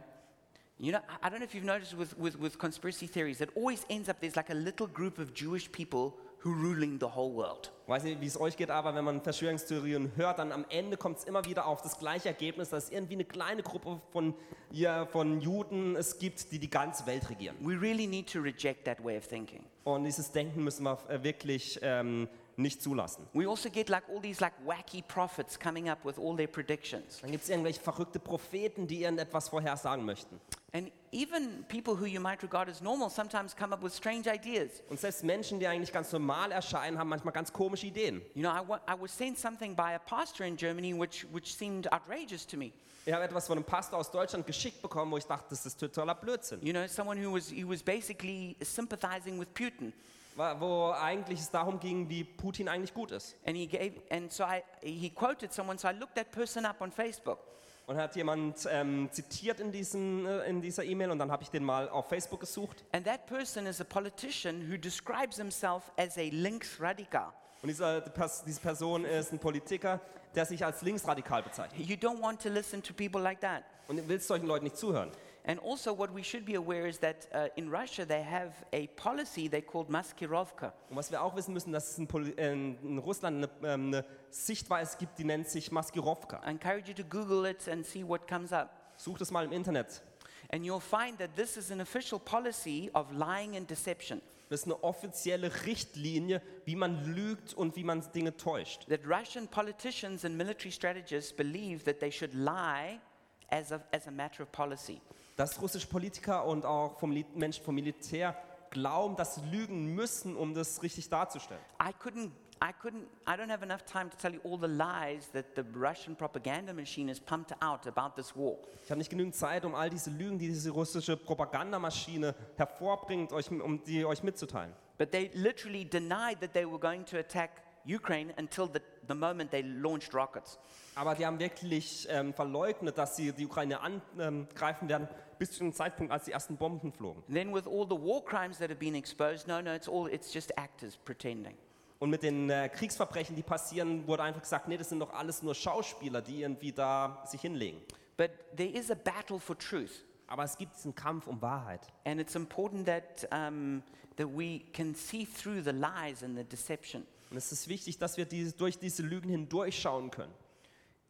Speaker 1: You know, I- I don't know if you've noticed with, with, with conspiracy theories, it always ends up there's like a little group of Jewish people who ruling the whole world.
Speaker 2: Weiß nicht, wie es euch geht, aber wenn man Verschwörungstheorien hört, dann am Ende kommt es immer wieder auf das gleiche Ergebnis, dass es irgendwie eine kleine Gruppe von, ja, von Juden es gibt, die die ganze Welt regieren.
Speaker 1: We really need to reject that way of thinking.
Speaker 2: Und dieses Denken müssen wir äh, wirklich ähm, nicht zulassen.
Speaker 1: We also get like all these like wacky prophets coming up with all their predictions.
Speaker 2: Dann gibt es irgendwelche verrückte Propheten, die irgendetwas vorhersagen möchten.
Speaker 1: And even people who you might regard as normal sometimes come up with strange ideas.
Speaker 2: Und selbst Menschen, die eigentlich ganz normal erscheinen, haben manchmal ganz komische Ideen.
Speaker 1: You know, I wa- I was sent something by a pastor in Germany which, which seemed outrageous to me.
Speaker 2: Ich habe etwas von einem Pastor aus Deutschland geschickt bekommen, wo ich dachte, das ist totaler Blödsinn.
Speaker 1: You know, someone who was, he was basically sympathizing with Putin.
Speaker 2: Wa- Wo eigentlich es darum ging, wie Putin eigentlich gut ist.
Speaker 1: And he gave, and so I, he quoted someone, so I looked that person up on Facebook.
Speaker 2: Und hat jemand ähm, zitiert in, diesem, äh, in dieser E-Mail und dann habe ich den mal auf Facebook gesucht.
Speaker 1: And that person is a politician who describes himself as a links radical.
Speaker 2: Und dieser, die Pers- diese Person ist ein Politiker, der sich als linksradikal bezeichnet.
Speaker 1: You don't want to listen to people like that.
Speaker 2: Und du willst solchen Leuten nicht zuhören.
Speaker 1: And also, what we should be aware is that uh, in Russia they have a policy they called maskirovka.
Speaker 2: Und was wir auch wissen müssen, dass es in, Poli äh, in Russland eine, ähm, eine Sichtweise gibt, die nennt sich Maskirovka.
Speaker 1: I encourage you to Google it and see what comes up.
Speaker 2: Such das mal im Internet.
Speaker 1: And you'll find that this is an official policy of lying and deception.
Speaker 2: Das ist eine offizielle Richtlinie, wie man lügt und wie man Dinge täuscht.
Speaker 1: That Russian politicians and military strategists believe that they should lie as a, as a matter of policy.
Speaker 2: Dass russische Politiker und auch vom Li- Menschen vom Militär glauben, dass sie lügen müssen, um das richtig darzustellen.
Speaker 1: I couldn't, I couldn't, I don't have enough time to tell you all the lies that the Russian propaganda machine has pumped out about this war.
Speaker 2: Ich habe nicht genügend Zeit, um all diese Lügen, die diese russische Propagandamaschine hervorbringt, euch, um die euch mitzuteilen.
Speaker 1: But they literally denied that they were going to attack Ukraine until the, the moment they launched rockets.
Speaker 2: Aber die haben wirklich ähm, verleugnet, dass sie die Ukraine angreifen werden, bis zu dem Zeitpunkt, als die ersten Bomben flogen.
Speaker 1: And then, with all the war crimes that have been exposed, no, no, it's all, it's just actors pretending.
Speaker 2: Und mit den äh, Kriegsverbrechen, die passieren, wurde einfach gesagt, nee, das sind doch alles nur Schauspieler, die irgendwie da sich hinlegen.
Speaker 1: But there is a battle for truth.
Speaker 2: Aber es gibt diesen Kampf um Wahrheit.
Speaker 1: And it's important that, um, that we can see through the lies and the deception.
Speaker 2: Und es ist wichtig, dass wir diese, durch diese Lügen hindurchschauen können.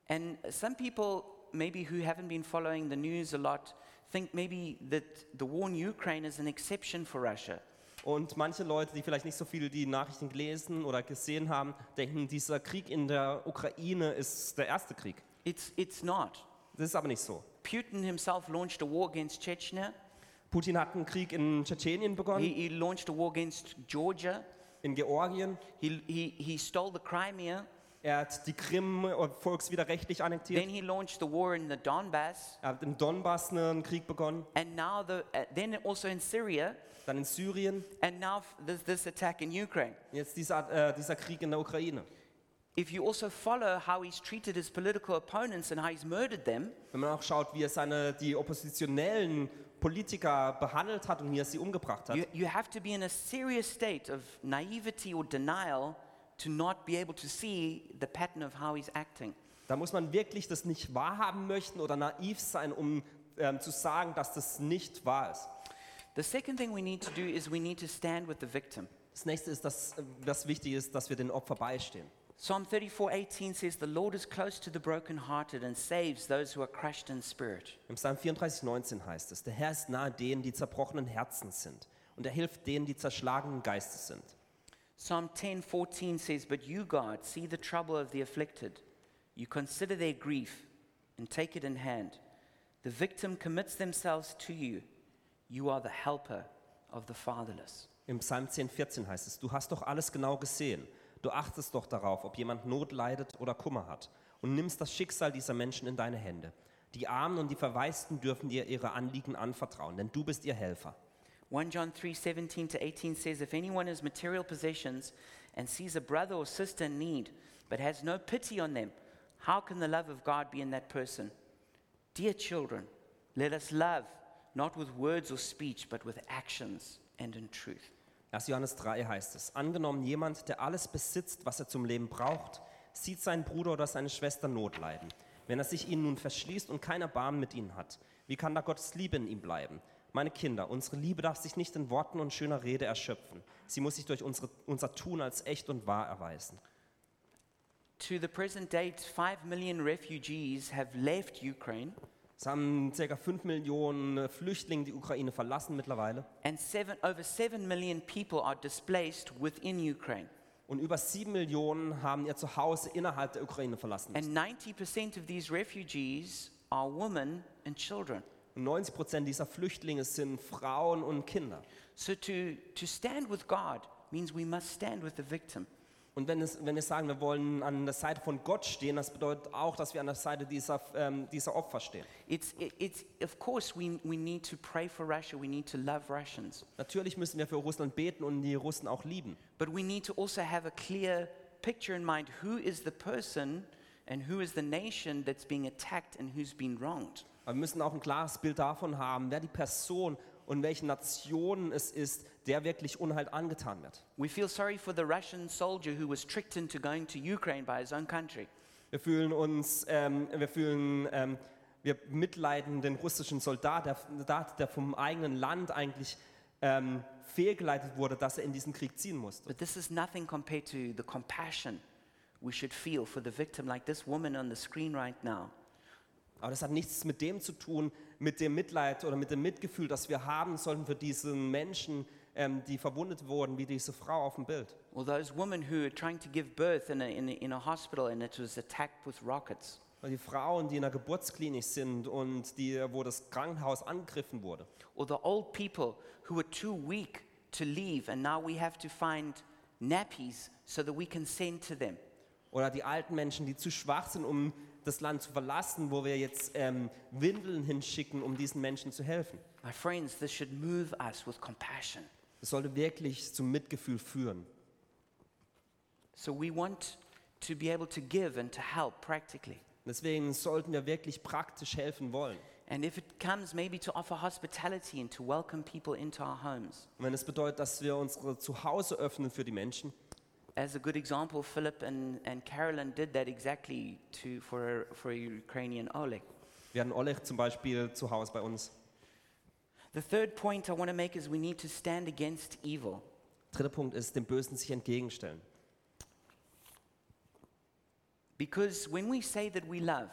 Speaker 1: And some people, maybe who haven't been following the news a lot, think maybe that the war in Ukraine is an exception for Russia.
Speaker 2: Und manche Leute, die vielleicht nicht so viel die Nachrichten gelesen oder gesehen haben, denken, dieser Krieg in der Ukraine ist der erste Krieg.
Speaker 1: It's, it's not.
Speaker 2: Das ist aber nicht so.
Speaker 1: Putin himself launched a war against Chechnya.
Speaker 2: Putin hat einen Krieg in Tschetschenien
Speaker 1: He,
Speaker 2: begonnen,
Speaker 1: he launched a war against Georgia.
Speaker 2: in Georgien.
Speaker 1: He, he, he stole the Crimea.
Speaker 2: Er hat die Krim äh, volkswiderrechtlich
Speaker 1: Then
Speaker 2: annektiert.
Speaker 1: he launched the war in the Donbass.
Speaker 2: Er hat im Donbass einen Krieg begonnen,
Speaker 1: And now, the, uh, then also in Syria.
Speaker 2: dann in Syrien.
Speaker 1: And now f- there's this attack in Ukraine.
Speaker 2: Jetzt dieser, äh, dieser Krieg in der Ukraine.
Speaker 1: If you also follow how he's treated his political opponents and how he's murdered them,
Speaker 2: Wenn man auch schaut, wie er seine, die oppositionellen Politiker behandelt hat und wie er sie umgebracht hat,
Speaker 1: you, you have to be in a serious state of naivety or denial to not be able to see the pattern of how he's acting.
Speaker 2: da muss man wirklich das nicht wahrhaben möchten oder naiv sein, um ähm, zu sagen, dass das nicht wahr ist.
Speaker 1: The second thing we need to do is we need to stand with the victim.
Speaker 2: Das nächste ist, dass äh, das Wichtige ist, dass wir den Opfer beistehen.
Speaker 1: Psalm 34:18 says, "The Lord is close to the brokenhearted and saves those who are crushed in spirit."
Speaker 2: Im Psalm 34, 19 heißt es, der Herr ist nahe denen, die zerbrochenen Herzen sind und er hilft denen, die zerschlagenen Geistes sind.
Speaker 1: Psalm 10:14 says, "But you, God, see the trouble of the afflicted. You consider their grief and take it in hand. The victim commits themselves to you. You are the helper of the fatherless."
Speaker 2: Im Psalm 10, 14 heißt es, du hast doch alles genau gesehen. Du achtest doch darauf, ob jemand Not leidet oder Kummer hat und nimmst das Schicksal dieser Menschen in deine Hände. Die Armen und die Verwaisten dürfen dir ihre Anliegen anvertrauen, denn du bist ihr Helfer.
Speaker 1: 1 John 3 17 to 18 says, If anyone has material possessions and sees a brother or sister in need, but has no pity on them, how can the love of God be in that person? Dear children, let us love, not with words or speech, but with actions and in truth.
Speaker 2: 1. Johannes 3 heißt es, angenommen jemand, der alles besitzt, was er zum Leben braucht, sieht seinen Bruder oder seine Schwester Not leiden. Wenn er sich ihnen nun verschließt und kein Erbarmen mit ihnen hat, wie kann da Gottes Liebe in ihm bleiben? Meine Kinder, unsere Liebe darf sich nicht in Worten und schöner Rede erschöpfen. Sie muss sich durch unsere, unser Tun als echt und wahr erweisen.
Speaker 1: To the present date, 5 million refugees have left Ukraine,
Speaker 2: Es haben ca. 5 Millionen äh, Flüchtlinge die Ukraine verlassen mittlerweile
Speaker 1: and seven, over 7 million people are displaced within Ukraine.
Speaker 2: und über 7 Millionen haben ihr Zuhause innerhalb der Ukraine verlassen.
Speaker 1: And 90% of these refugees are women and children.
Speaker 2: Und 90 Prozent dieser Flüchtlinge sind Frauen und Kinder.
Speaker 1: So to, to stand with God means we must stand with the victim.
Speaker 2: Und wenn, es, wenn wir sagen, wir wollen an der Seite von Gott stehen, das bedeutet auch, dass wir an der Seite dieser, ähm, dieser Opfer stehen.
Speaker 1: It's, it- it's, of course, we, we need to pray for Russia, we need to love Russians,
Speaker 2: Natürlich müssen wir für Russland beten und die Russen auch lieben.
Speaker 1: but we need to also have a clear picture in mind who is the person and who is the nation that's being attacked and who's been wronged.
Speaker 2: Aber wir müssen auch ein klares Bild davon haben, wer die Person und welche Nation es ist, der wirklich Unheil angetan wird.
Speaker 1: We feel sorry for the Russian soldier who was tricked into going to Ukraine by his own country.
Speaker 2: Wir fühlen uns, ähm, wir fühlen ähm, Wir mitleiden den russischen Soldat, der, Soldat, der vom eigenen Land eigentlich ähm, fehlgeleitet wurde, dass er in diesen Krieg ziehen musste.
Speaker 1: But this is nothing compared to the compassion we should feel for the victim, like this woman on the screen right now.
Speaker 2: Aber das hat nichts mit dem zu tun, mit dem Mitleid oder mit dem Mitgefühl, das wir haben sollten für diese Menschen, ähm, die verwundet wurden, wie diese Frau auf dem Bild.
Speaker 1: Or those women who are trying to give birth in a, in a, in a hospital and it was attacked with rockets.
Speaker 2: Oder die Frauen, die in der Geburtsklinik sind und die, wo das Krankenhaus angegriffen wurde.
Speaker 1: Or the old people who were too weak to leave and now we have to find nappies so that we can send to them.
Speaker 2: Oder die alten Menschen, die zu schwach sind, um das Land zu verlassen, wo wir jetzt ähm, Windeln hinschicken, um diesen Menschen zu helfen.
Speaker 1: My friends, this should move us with compassion.
Speaker 2: Das sollte wirklich zum Mitgefühl führen.
Speaker 1: So we want to be able to give and to help practically.
Speaker 2: Deswegen sollten wir wirklich praktisch helfen wollen.
Speaker 1: And if it comes maybe to offer hospitality and to welcome people into our homes.
Speaker 2: Und wenn es bedeutet, dass wir unsere Zuhause öffnen für die Menschen,
Speaker 1: As a good example, Philip and, and Carolyn did that exactly to, for, for Ukrainian Oleg.
Speaker 2: wir hatten Oleg zum Beispiel zu Hause bei uns.
Speaker 1: The third point I want to make is we need to stand against evil.
Speaker 2: Dritter Punkt ist, dem Bösen sich entgegenstellen.
Speaker 1: Because when we say that we love,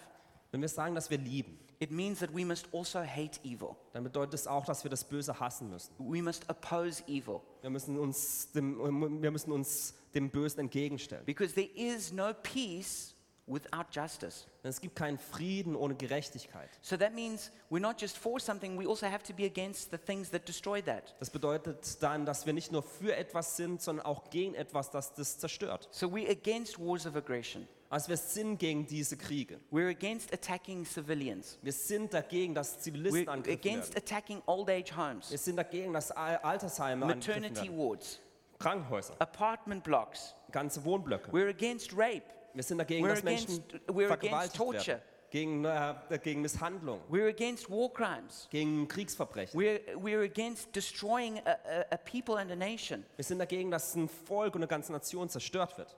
Speaker 2: Wenn wir sagen, dass wir lieben,
Speaker 1: it means that we must also hate evil.
Speaker 2: dann bedeutet es auch, dass wir das Böse hassen müssen.
Speaker 1: We must oppose evil.
Speaker 2: Wir müssen uns dem, wir müssen uns dem Bösen entgegenstellen.
Speaker 1: Because there is no peace without justice.
Speaker 2: Denn es gibt keinen Frieden ohne Gerechtigkeit.
Speaker 1: So that means we're not just for something, we also have to be against the things that destroy that.
Speaker 2: Das bedeutet dann, dass wir nicht nur für etwas sind, sondern auch gegen etwas, das das zerstört.
Speaker 1: So we're against wars of aggression.
Speaker 2: Also wir sind gegen diese Kriege.
Speaker 1: We're against attacking civilians.
Speaker 2: Wir sind dagegen, dass Zivilisten
Speaker 1: We're
Speaker 2: angegriffen
Speaker 1: against
Speaker 2: werden.
Speaker 1: attacking old age homes,
Speaker 2: Wir sind dagegen, dass Al- Altersheime angegriffen
Speaker 1: maternity
Speaker 2: werden.
Speaker 1: wards,
Speaker 2: Krankenhäuser,
Speaker 1: apartment blocks.
Speaker 2: ganze Wohnblöcke.
Speaker 1: We're against rape.
Speaker 2: Wir sind dagegen,
Speaker 1: We're
Speaker 2: dass Menschen
Speaker 1: against- we're against
Speaker 2: vergewaltigt
Speaker 1: torture.
Speaker 2: werden. Gegen, äh, gegen Misshandlung,
Speaker 1: We're against war crimes.
Speaker 2: gegen Kriegsverbrechen.
Speaker 1: We're, we're against destroying a, a, a people and a nation.
Speaker 2: Wir sind dagegen, dass ein Volk und eine ganze Nation zerstört wird.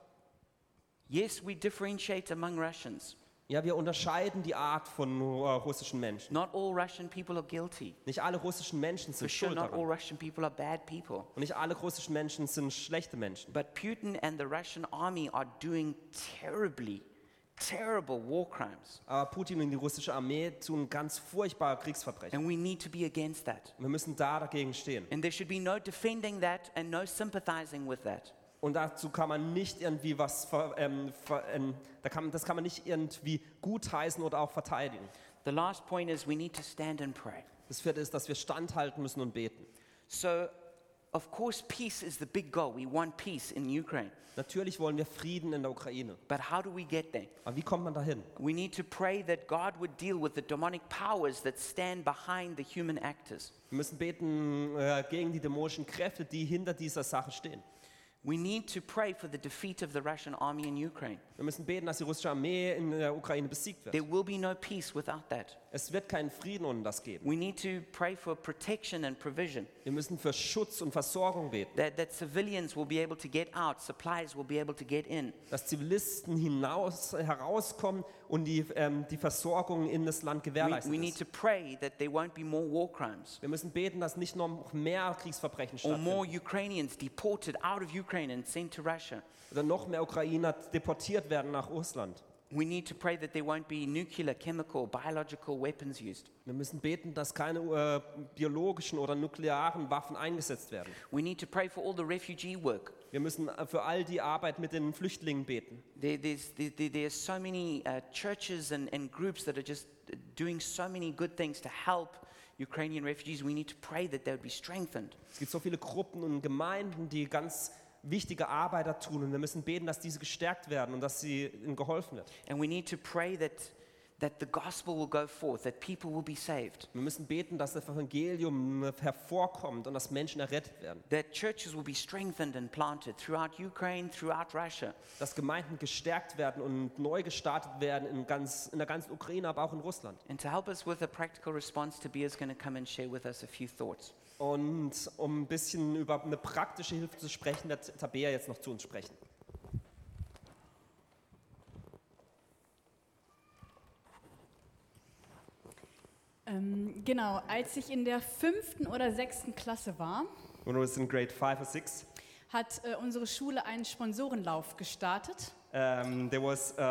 Speaker 1: Yes, we differentiate among Russians.
Speaker 2: Ja, wir unterscheiden die Art von äh, russischen Menschen.
Speaker 1: Not all Russian people are guilty.
Speaker 2: Nicht alle russischen Menschen
Speaker 1: For
Speaker 2: sind
Speaker 1: sure,
Speaker 2: schuld
Speaker 1: not all
Speaker 2: daran.
Speaker 1: Russian people are bad people.
Speaker 2: Und nicht alle russischen Menschen sind schlechte Menschen.
Speaker 1: But Putin and the Russian army are doing terribly, terrible war crimes.
Speaker 2: Aber Putin und die russische Armee tun ganz furchtbare Kriegsverbrechen.
Speaker 1: And we need to be against that.
Speaker 2: Wir müssen da dagegen stehen.
Speaker 1: And there should be no defending that and no sympathizing with that.
Speaker 2: Und dazu kann man nicht irgendwie was, ver, ähm, ver, ähm, da kann, das kann man nicht irgendwie gutheißen oder auch verteidigen.
Speaker 1: The last point is we need to stand and pray.
Speaker 2: Das vierte ist, dass wir standhalten müssen und beten.
Speaker 1: So, of course, peace is the big goal. We want peace in Ukraine.
Speaker 2: Natürlich wollen wir Frieden in der Ukraine.
Speaker 1: But how do we get there?
Speaker 2: Aber wie kommt man dahin?
Speaker 1: We need to pray that God would deal with the demonic powers that stand behind the human actors.
Speaker 2: Wir müssen beten äh, gegen die dämonischen Kräfte, die hinter dieser Sache stehen.
Speaker 1: We need to pray for the defeat of the Russian army in Ukraine.
Speaker 2: Wir müssen beten, dass die russische Armee in der Ukraine besiegt
Speaker 1: There
Speaker 2: wird.
Speaker 1: will be no peace without that.
Speaker 2: Es wird keinen Frieden ohne das geben.
Speaker 1: We need to pray for protection and provision,
Speaker 2: Wir müssen für Schutz und Versorgung beten,
Speaker 1: that, that civilians will be able to get out, supplies will be able to get in.
Speaker 2: dass Zivilisten hinaus, herauskommen und die, ähm, die Versorgung in das Land
Speaker 1: We,
Speaker 2: gewährleistet
Speaker 1: we
Speaker 2: ist.
Speaker 1: need to pray that there won't be more war crimes
Speaker 2: Wir müssen beten, dass nicht noch mehr Kriegsverbrechen
Speaker 1: or more
Speaker 2: stattfinden
Speaker 1: Ukrainians deported out of Ukraine and sent to Russia.
Speaker 2: oder noch mehr Ukrainer deportiert werden nach Russland.
Speaker 1: We need to pray that there won't be nuclear, chemical, biological weapons used.
Speaker 2: Wir müssen beten, dass keine äh, biologischen oder nuklearen Waffen eingesetzt werden.
Speaker 1: We need to pray for all the refugee work.
Speaker 2: Wir müssen äh, für all die Arbeit mit den Flüchtlingen beten.
Speaker 1: There, there's, there, there- there's so many uh, churches and, and groups that are just doing so many good things to help Ukrainian refugees. We need to pray that they would be strengthened.
Speaker 2: Es gibt so viele Gruppen und Gemeinden, die ganz wichtige Arbeit da tun und wir müssen beten, dass diese gestärkt werden und dass sie ihnen geholfen wird.
Speaker 1: And we need to pray that, that the gospel will go forth, that people will be saved,
Speaker 2: Wir müssen beten, dass das Evangelium äh, hervorkommt und dass Menschen errettet werden,
Speaker 1: that churches will be strengthened and planted throughout Ukraine, throughout Russia,
Speaker 2: dass Gemeinden gestärkt werden und neu gestartet werden in, ganz, in der ganzen Ukraine, aber auch in Russland.
Speaker 1: And to help us with a practical response, Tobias is going to come and share with us a few thoughts.
Speaker 2: Und um ein bisschen über eine praktische Hilfe zu sprechen, wird Tabea jetzt noch zu uns sprechen.
Speaker 4: Ähm, genau, als ich in der fünften oder sechsten Klasse war,
Speaker 2: When I was in grade five or six,
Speaker 4: hat äh, unsere Schule einen Sponsorenlauf gestartet.
Speaker 2: um, there was uh,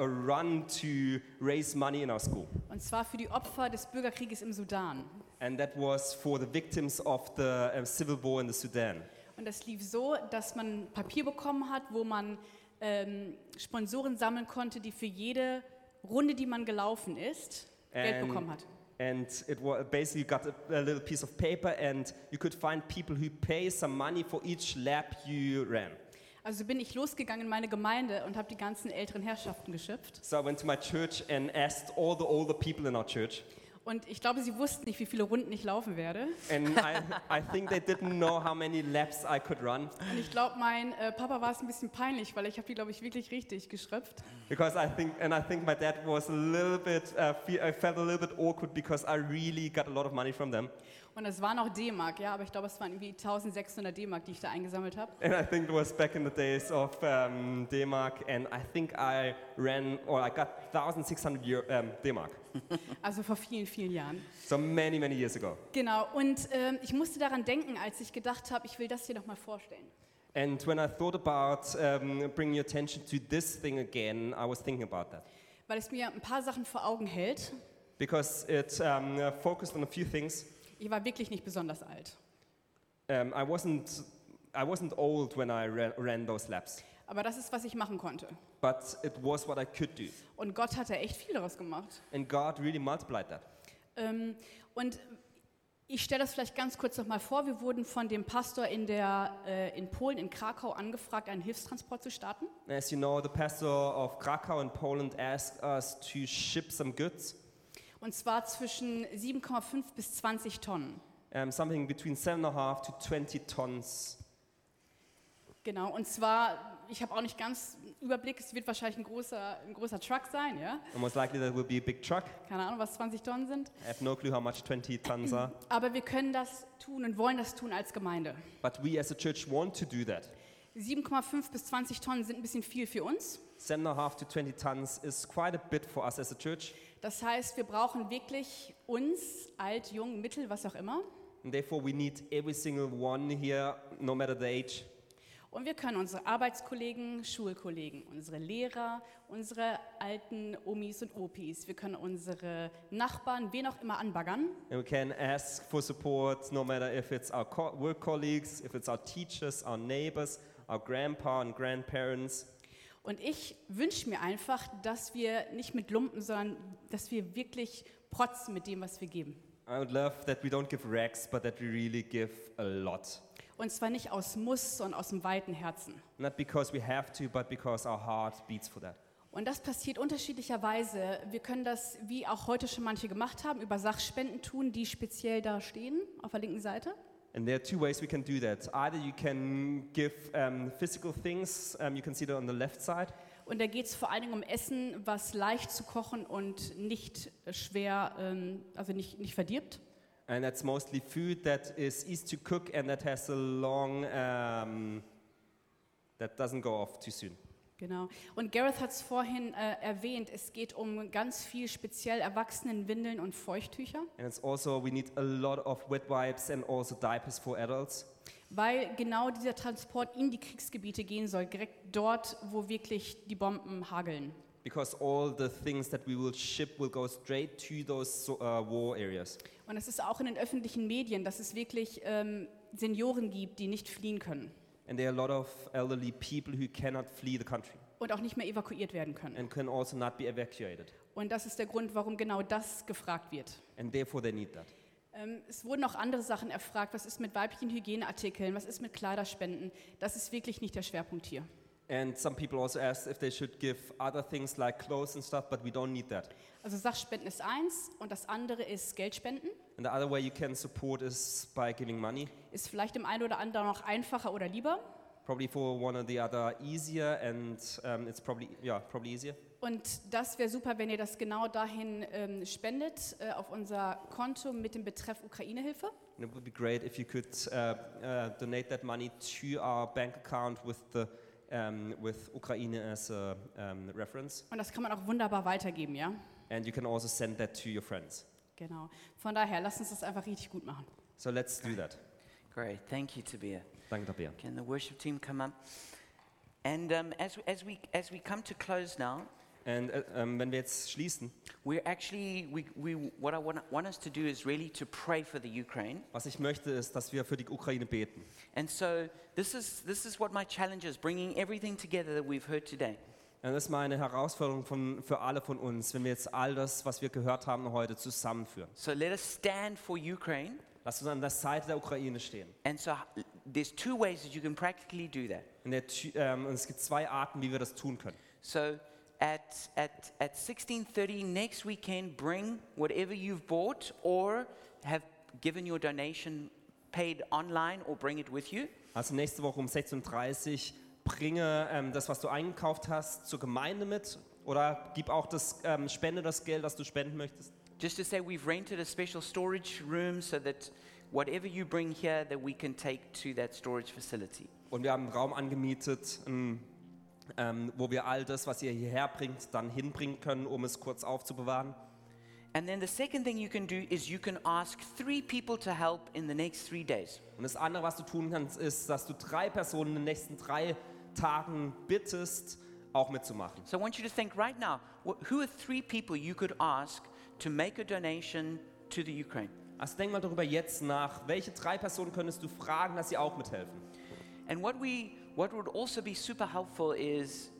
Speaker 2: a run to raise money in our school.
Speaker 4: Und zwar für die Opfer des Bürgerkrieges im Sudan.
Speaker 2: And that was for the victims of the uh, civil war in the Sudan.
Speaker 4: Und das lief so, dass man Papier bekommen hat, wo man ähm, Sponsoren sammeln konnte, die für jede Runde, die man gelaufen ist, Geld bekommen hat.
Speaker 2: and it was basically you got a, a little piece of paper, and you could find people who pay some money for each lap you ran.
Speaker 4: Also bin ich losgegangen in meine Gemeinde und habe die ganzen älteren Herrschaften geschöpft.
Speaker 2: So I went to my church and asked all the older people in our church,
Speaker 4: Und ich glaube, sie wussten nicht, wie viele Runden ich laufen werde.
Speaker 2: and I, *laughs* I think they didn't know how many laps I could run
Speaker 4: Und ich glaube, mein äh, Papa war es ein bisschen peinlich, weil ich habe die, glaube ich, wirklich richtig geschröpft.
Speaker 2: because I think, and I think my dad was a little bit, uh, fe- I felt a little bit awkward because I really got a lot of money from them, *laughs*
Speaker 4: Und es waren auch D-Mark, ja, aber ich glaube, es waren irgendwie 1600 D-Mark, die ich da eingesammelt habe.
Speaker 2: and I think it was back in the days of um, D-mark, and I think I ran or I got 1,600 Euro, um, D-mark,
Speaker 4: Also vor vielen, vielen Jahren.
Speaker 2: so many many years ago.
Speaker 4: Genau, und ähm, ich musste daran denken, als ich gedacht habe, ich will das hier nochmal vorstellen.
Speaker 2: And when I thought about um, bringing your attention to this thing again, I was thinking about that
Speaker 4: Weil es mir ein paar Sachen vor Augen hält.
Speaker 2: because it um, uh, focused on a few things.
Speaker 4: Ich war wirklich nicht besonders alt.
Speaker 2: Um, I wasn't, I wasn't old when I ran, ran those laps,
Speaker 4: Aber das ist, was ich machen konnte.
Speaker 2: but it was what I could do,
Speaker 4: Und Gott hat da echt viel daraus gemacht.
Speaker 2: and God really multiplied that.
Speaker 4: Ähm, und ich stelle das vielleicht ganz kurz nochmal vor. Wir wurden von dem Pastor in, der, äh, in Polen, in Krakau, angefragt, einen Hilfstransport zu starten.
Speaker 2: As you know, the pastor of Krakow in Poland asked us to ship some goods,
Speaker 4: Und zwar zwischen 7,5 bis 20 Tonnen.
Speaker 2: um, something between seven and a half to 20 tons.
Speaker 4: Genau, und zwar, ich habe auch nicht ganz einen Überblick, es wird wahrscheinlich ein großer, ein großer Truck sein, ja?
Speaker 2: And most likely that will be a big truck.
Speaker 4: Keine Ahnung, was 20 Tonnen sind.
Speaker 2: I have no clue how much 20 tons are,
Speaker 4: Aber wir können das tun und wollen das tun als Gemeinde.
Speaker 2: but we as a church want to do that.
Speaker 4: 7,5 bis 20 Tonnen sind ein bisschen viel für uns.
Speaker 2: Seven and a half to 20 tons is quite a bit for us as a church,
Speaker 4: Das heißt, wir brauchen wirklich uns, alt, jung, mittel, was auch immer.
Speaker 2: and therefore we need every single one here, no matter the age.
Speaker 4: Und wir können unsere Arbeitskollegen, Schulkollegen, unsere Lehrer, unsere alten Omis und Opis, wir können unsere Nachbarn, wen auch immer anbaggern.
Speaker 2: And we can ask for support, no matter if it's our co- work colleagues, if it's our teachers, our neighbors, our grandpa and grandparents.
Speaker 4: Und ich wünsche mir einfach, dass wir nicht mit Lumpen, sondern dass wir wirklich protzen mit dem, was wir geben.
Speaker 2: I would love that we don't give rags, but that we really give a lot.
Speaker 4: Und zwar nicht aus Muss, sondern aus dem weiten Herzen.
Speaker 2: Not because we have to, but because our heart beats for that.
Speaker 4: Und das passiert unterschiedlicherweise. Wir können das, wie auch heute schon manche gemacht haben, über Sachspenden tun, die speziell da stehen, auf der linken Seite.
Speaker 2: And there are two ways we can do that. Either you can give um, physical things, um, you can see that on the left side,
Speaker 4: Und da geht es vor allen Dingen um Essen, was leicht zu kochen und nicht schwer, ähm, also nicht, nicht verdirbt.
Speaker 2: and that's mostly food that is easy to cook and that has a long um, that doesn't go off too soon
Speaker 4: Genau. Und Gareth hat es vorhin äh, erwähnt, es geht um ganz viel speziell Erwachsenenwindeln und Feuchttücher,
Speaker 2: and it's also we need a lot of wet wipes and also diapers for adults
Speaker 4: weil genau dieser Transport in die Kriegsgebiete gehen soll, direkt dort, wo wirklich die Bomben hageln.
Speaker 2: because all the things that we will ship will go straight to those so- uh, war areas
Speaker 4: Und es ist auch in den öffentlichen Medien, dass es wirklich ähm, Senioren gibt, die nicht fliehen können
Speaker 2: and there are a lot of elderly people who cannot flee the country
Speaker 4: und auch nicht mehr evakuiert werden können.
Speaker 2: and can also not be evacuated
Speaker 4: Und das ist der Grund, warum genau das gefragt wird.
Speaker 2: and therefore they need that
Speaker 4: Ähm, Es wurden auch andere Sachen erfragt. Was ist mit weiblichen Hygieneartikeln? Was ist mit Kleiderspenden? Das ist wirklich nicht der Schwerpunkt hier.
Speaker 2: and some people also asked if they should give other things like clothes and stuff but we don't need that
Speaker 4: Also Sachspenden ist eins und das andere ist Geldspenden.
Speaker 2: and the other way you can support is by giving money
Speaker 4: Ist vielleicht dem einen oder anderen auch einfacher oder lieber.
Speaker 2: probably for one or the other easier and um, it's probably yeah probably easier
Speaker 4: Und das wäre super, wenn ihr das genau dahin ähm, spendet, äh, auf unser Konto mit dem Betreff Ukraine-Hilfe.
Speaker 2: and it would be great if you could uh, uh, donate that money to our bank account with the um, with Ukraine as a um, reference
Speaker 4: Und das kann man auch wunderbar weitergeben, ja.
Speaker 2: and you can also send that to your friends
Speaker 4: Genau. Von daher, lasst uns das einfach richtig gut machen.
Speaker 2: So let's do that.
Speaker 1: Great. Thank you, Tabia.
Speaker 2: Danke, Tabea.
Speaker 1: Can the worship team come up? And um, as, as, we, as we come to close now,
Speaker 2: Und, äh, ähm, wenn wir jetzt schließen,
Speaker 1: we're actually, we, we, what I want, want us to do is really to pray for the Ukraine.
Speaker 2: was ich möchte, ist, dass wir für die Ukraine beten.
Speaker 1: And so this is, this is what my challenge is, bringing everything together that we've heard today.
Speaker 2: Und Das ist mal eine Herausforderung von, für alle von uns, wenn wir jetzt all das, was wir gehört haben heute, zusammenführen.
Speaker 1: So let us stand for Ukraine.
Speaker 2: Lasst uns an der Seite der Ukraine stehen.
Speaker 1: And so h- there's two ways that you can practically do that.
Speaker 2: In der, Tü- ähm, und es gibt zwei Arten, wie wir das tun können.
Speaker 1: So at, at, at 16.30 next weekend, bring whatever you've bought or have given your donation paid online or bring it with you.
Speaker 2: Also nächste Woche um 16.30 Uhr bringe ähm, das, was du eingekauft hast, zur Gemeinde mit oder gib auch das, ähm, spende das Geld, das du spenden möchtest.
Speaker 1: Just to say we've rented a special storage room so that whatever you bring here that we can take to that storage facility.
Speaker 2: Und wir haben einen Raum angemietet, ähm, ähm, wo wir all das, was ihr hierher bringt, dann hinbringen können, um es kurz aufzubewahren.
Speaker 1: And then the second thing you can do is you can ask three people to help in the next three days.
Speaker 2: Und das andere, was du tun kannst, ist, dass du drei Personen in den nächsten drei Tagen bittest, auch mitzumachen.
Speaker 1: So I want you to think right now wh- who are three people you could ask to make a donation to the Ukraine?
Speaker 2: Also denk mal darüber jetzt nach, welche drei Personen könntest du fragen, dass sie auch mithelfen?
Speaker 1: And what we what would also be super helpful is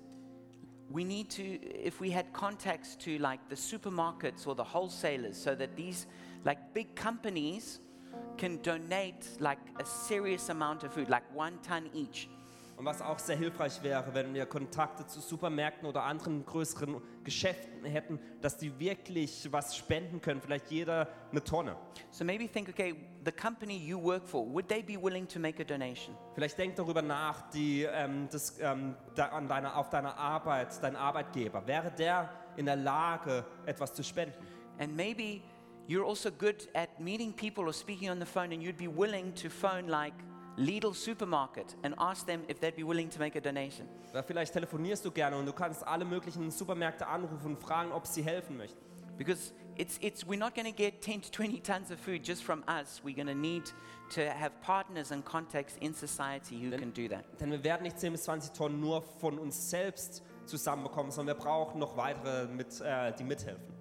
Speaker 1: we need to if we had contacts to like the supermarkets or the wholesalers so that these like big companies can donate like a serious amount of food like 1 ton each
Speaker 2: Und was auch sehr hilfreich wäre, wenn wir Kontakte zu Supermärkten oder anderen größeren Geschäften hätten, dass die wirklich was spenden können, vielleicht jeder eine Tonne.
Speaker 1: so maybe think okay the company you work for would they be willing to make a donation
Speaker 2: Vielleicht denk darüber nach, die, ähm, das, ähm, da, an deiner, auf deiner Arbeit, dein Arbeitgeber, wäre der in der Lage, etwas zu spenden?
Speaker 1: and maybe you're also good at meeting people or speaking on the phone and you'd be willing to phone like Lidl supermarket and ask them if they'd be willing to make a donation
Speaker 2: Oder vielleicht telefonierst du gerne und du kannst alle möglichen Supermärkte anrufen und fragen, ob sie helfen möchten.
Speaker 1: Because it's, it's, we're not going to get 10 to 20 tons of food just from us. We're going to need to have partners and contacts in society who can do that.
Speaker 2: Denn wir werden nicht 10 bis 20 Tonnen nur von uns selbst zusammenbekommen, sondern wir brauchen noch weitere, mit, äh, die mithelfen.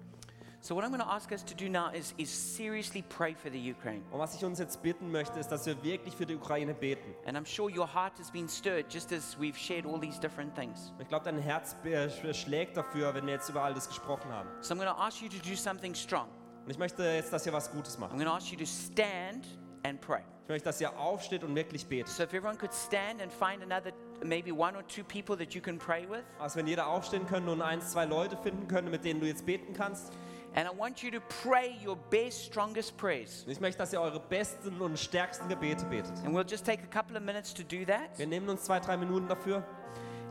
Speaker 1: So, what I'm going to ask us to do now is, is seriously pray for the Ukraine.
Speaker 2: Und was ich uns jetzt bitten möchte, ist, dass wir wirklich für die Ukraine beten.
Speaker 1: And I'm sure your heart has been stirred just as we've shared all these different things.
Speaker 2: Und Ich glaube, dein Herz äh, sch- schlägt dafür, wenn wir jetzt über all das gesprochen haben.
Speaker 1: So, I'm going to ask you to do something strong.
Speaker 2: Und ich möchte jetzt, dass ihr was Gutes
Speaker 1: I'm
Speaker 2: macht.
Speaker 1: going to ask you to stand and pray.
Speaker 2: Ich möchte, dass ihr aufsteht und wirklich betet.
Speaker 1: So, if everyone could stand and find another, maybe one or two people that you can pray with.
Speaker 2: Also wenn jeder aufstehen könnte und eins, zwei Leute finden könnte, mit denen du jetzt beten kannst.
Speaker 1: And I want you to pray your best, strongest prayers.
Speaker 2: Und ich möchte, dass ihr eure besten und stärksten Gebete betet.
Speaker 1: And we'll just take a couple of minutes to do that.
Speaker 2: Wir nehmen uns zwei, drei Minuten dafür.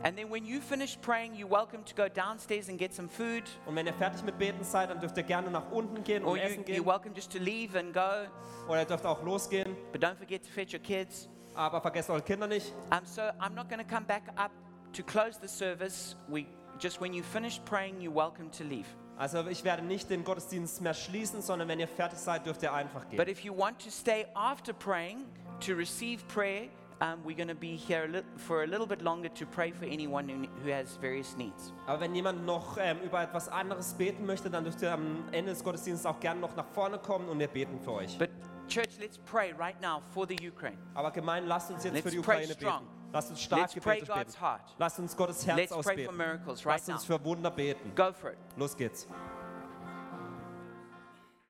Speaker 1: And then when you finish praying, you're welcome to go downstairs and get some food,
Speaker 2: Und wenn ihr fertig mit Beten seid, dann dürft ihr gerne nach unten gehen und
Speaker 1: or Oh, you,
Speaker 2: essen
Speaker 1: you're
Speaker 2: gehen.
Speaker 1: welcome just to leave and go.
Speaker 2: Oder ihr dürft auch losgehen.
Speaker 1: But don't forget to fetch your kids.
Speaker 2: Aber vergesst eure Kinder nicht.
Speaker 1: Um, so I'm not going to come back up to close the service. We just when you finish praying, you're welcome to leave.
Speaker 2: Also ich werde nicht den Gottesdienst mehr schließen, sondern wenn ihr fertig seid, dürft ihr einfach
Speaker 1: But
Speaker 2: gehen.
Speaker 1: if you want to stay after praying to receive prayer, um, we're going to be here a lit- for a little bit longer to pray for anyone who, who has various needs.
Speaker 2: Aber wenn jemand noch ähm, über etwas anderes beten möchte, dann dürft ihr am Ende des Gottesdienstes auch gerne noch nach vorne kommen und wir beten für euch.
Speaker 1: But church, let's pray right now for the Ukraine.
Speaker 2: Aber gemein, lasst uns jetzt
Speaker 1: Let's
Speaker 2: für die
Speaker 1: pray
Speaker 2: Ukraine
Speaker 1: strong.
Speaker 2: beten. Lasst uns stark
Speaker 1: Let's pray
Speaker 2: Gebete
Speaker 1: God's
Speaker 2: beten.
Speaker 1: heart.
Speaker 2: Lasst uns Gottes Herz
Speaker 1: Let's pray for
Speaker 2: ausbeten.
Speaker 1: miracles right
Speaker 2: Lasst
Speaker 1: now.
Speaker 2: uns für Wunder beten.
Speaker 1: Go for it.
Speaker 2: Los geht's.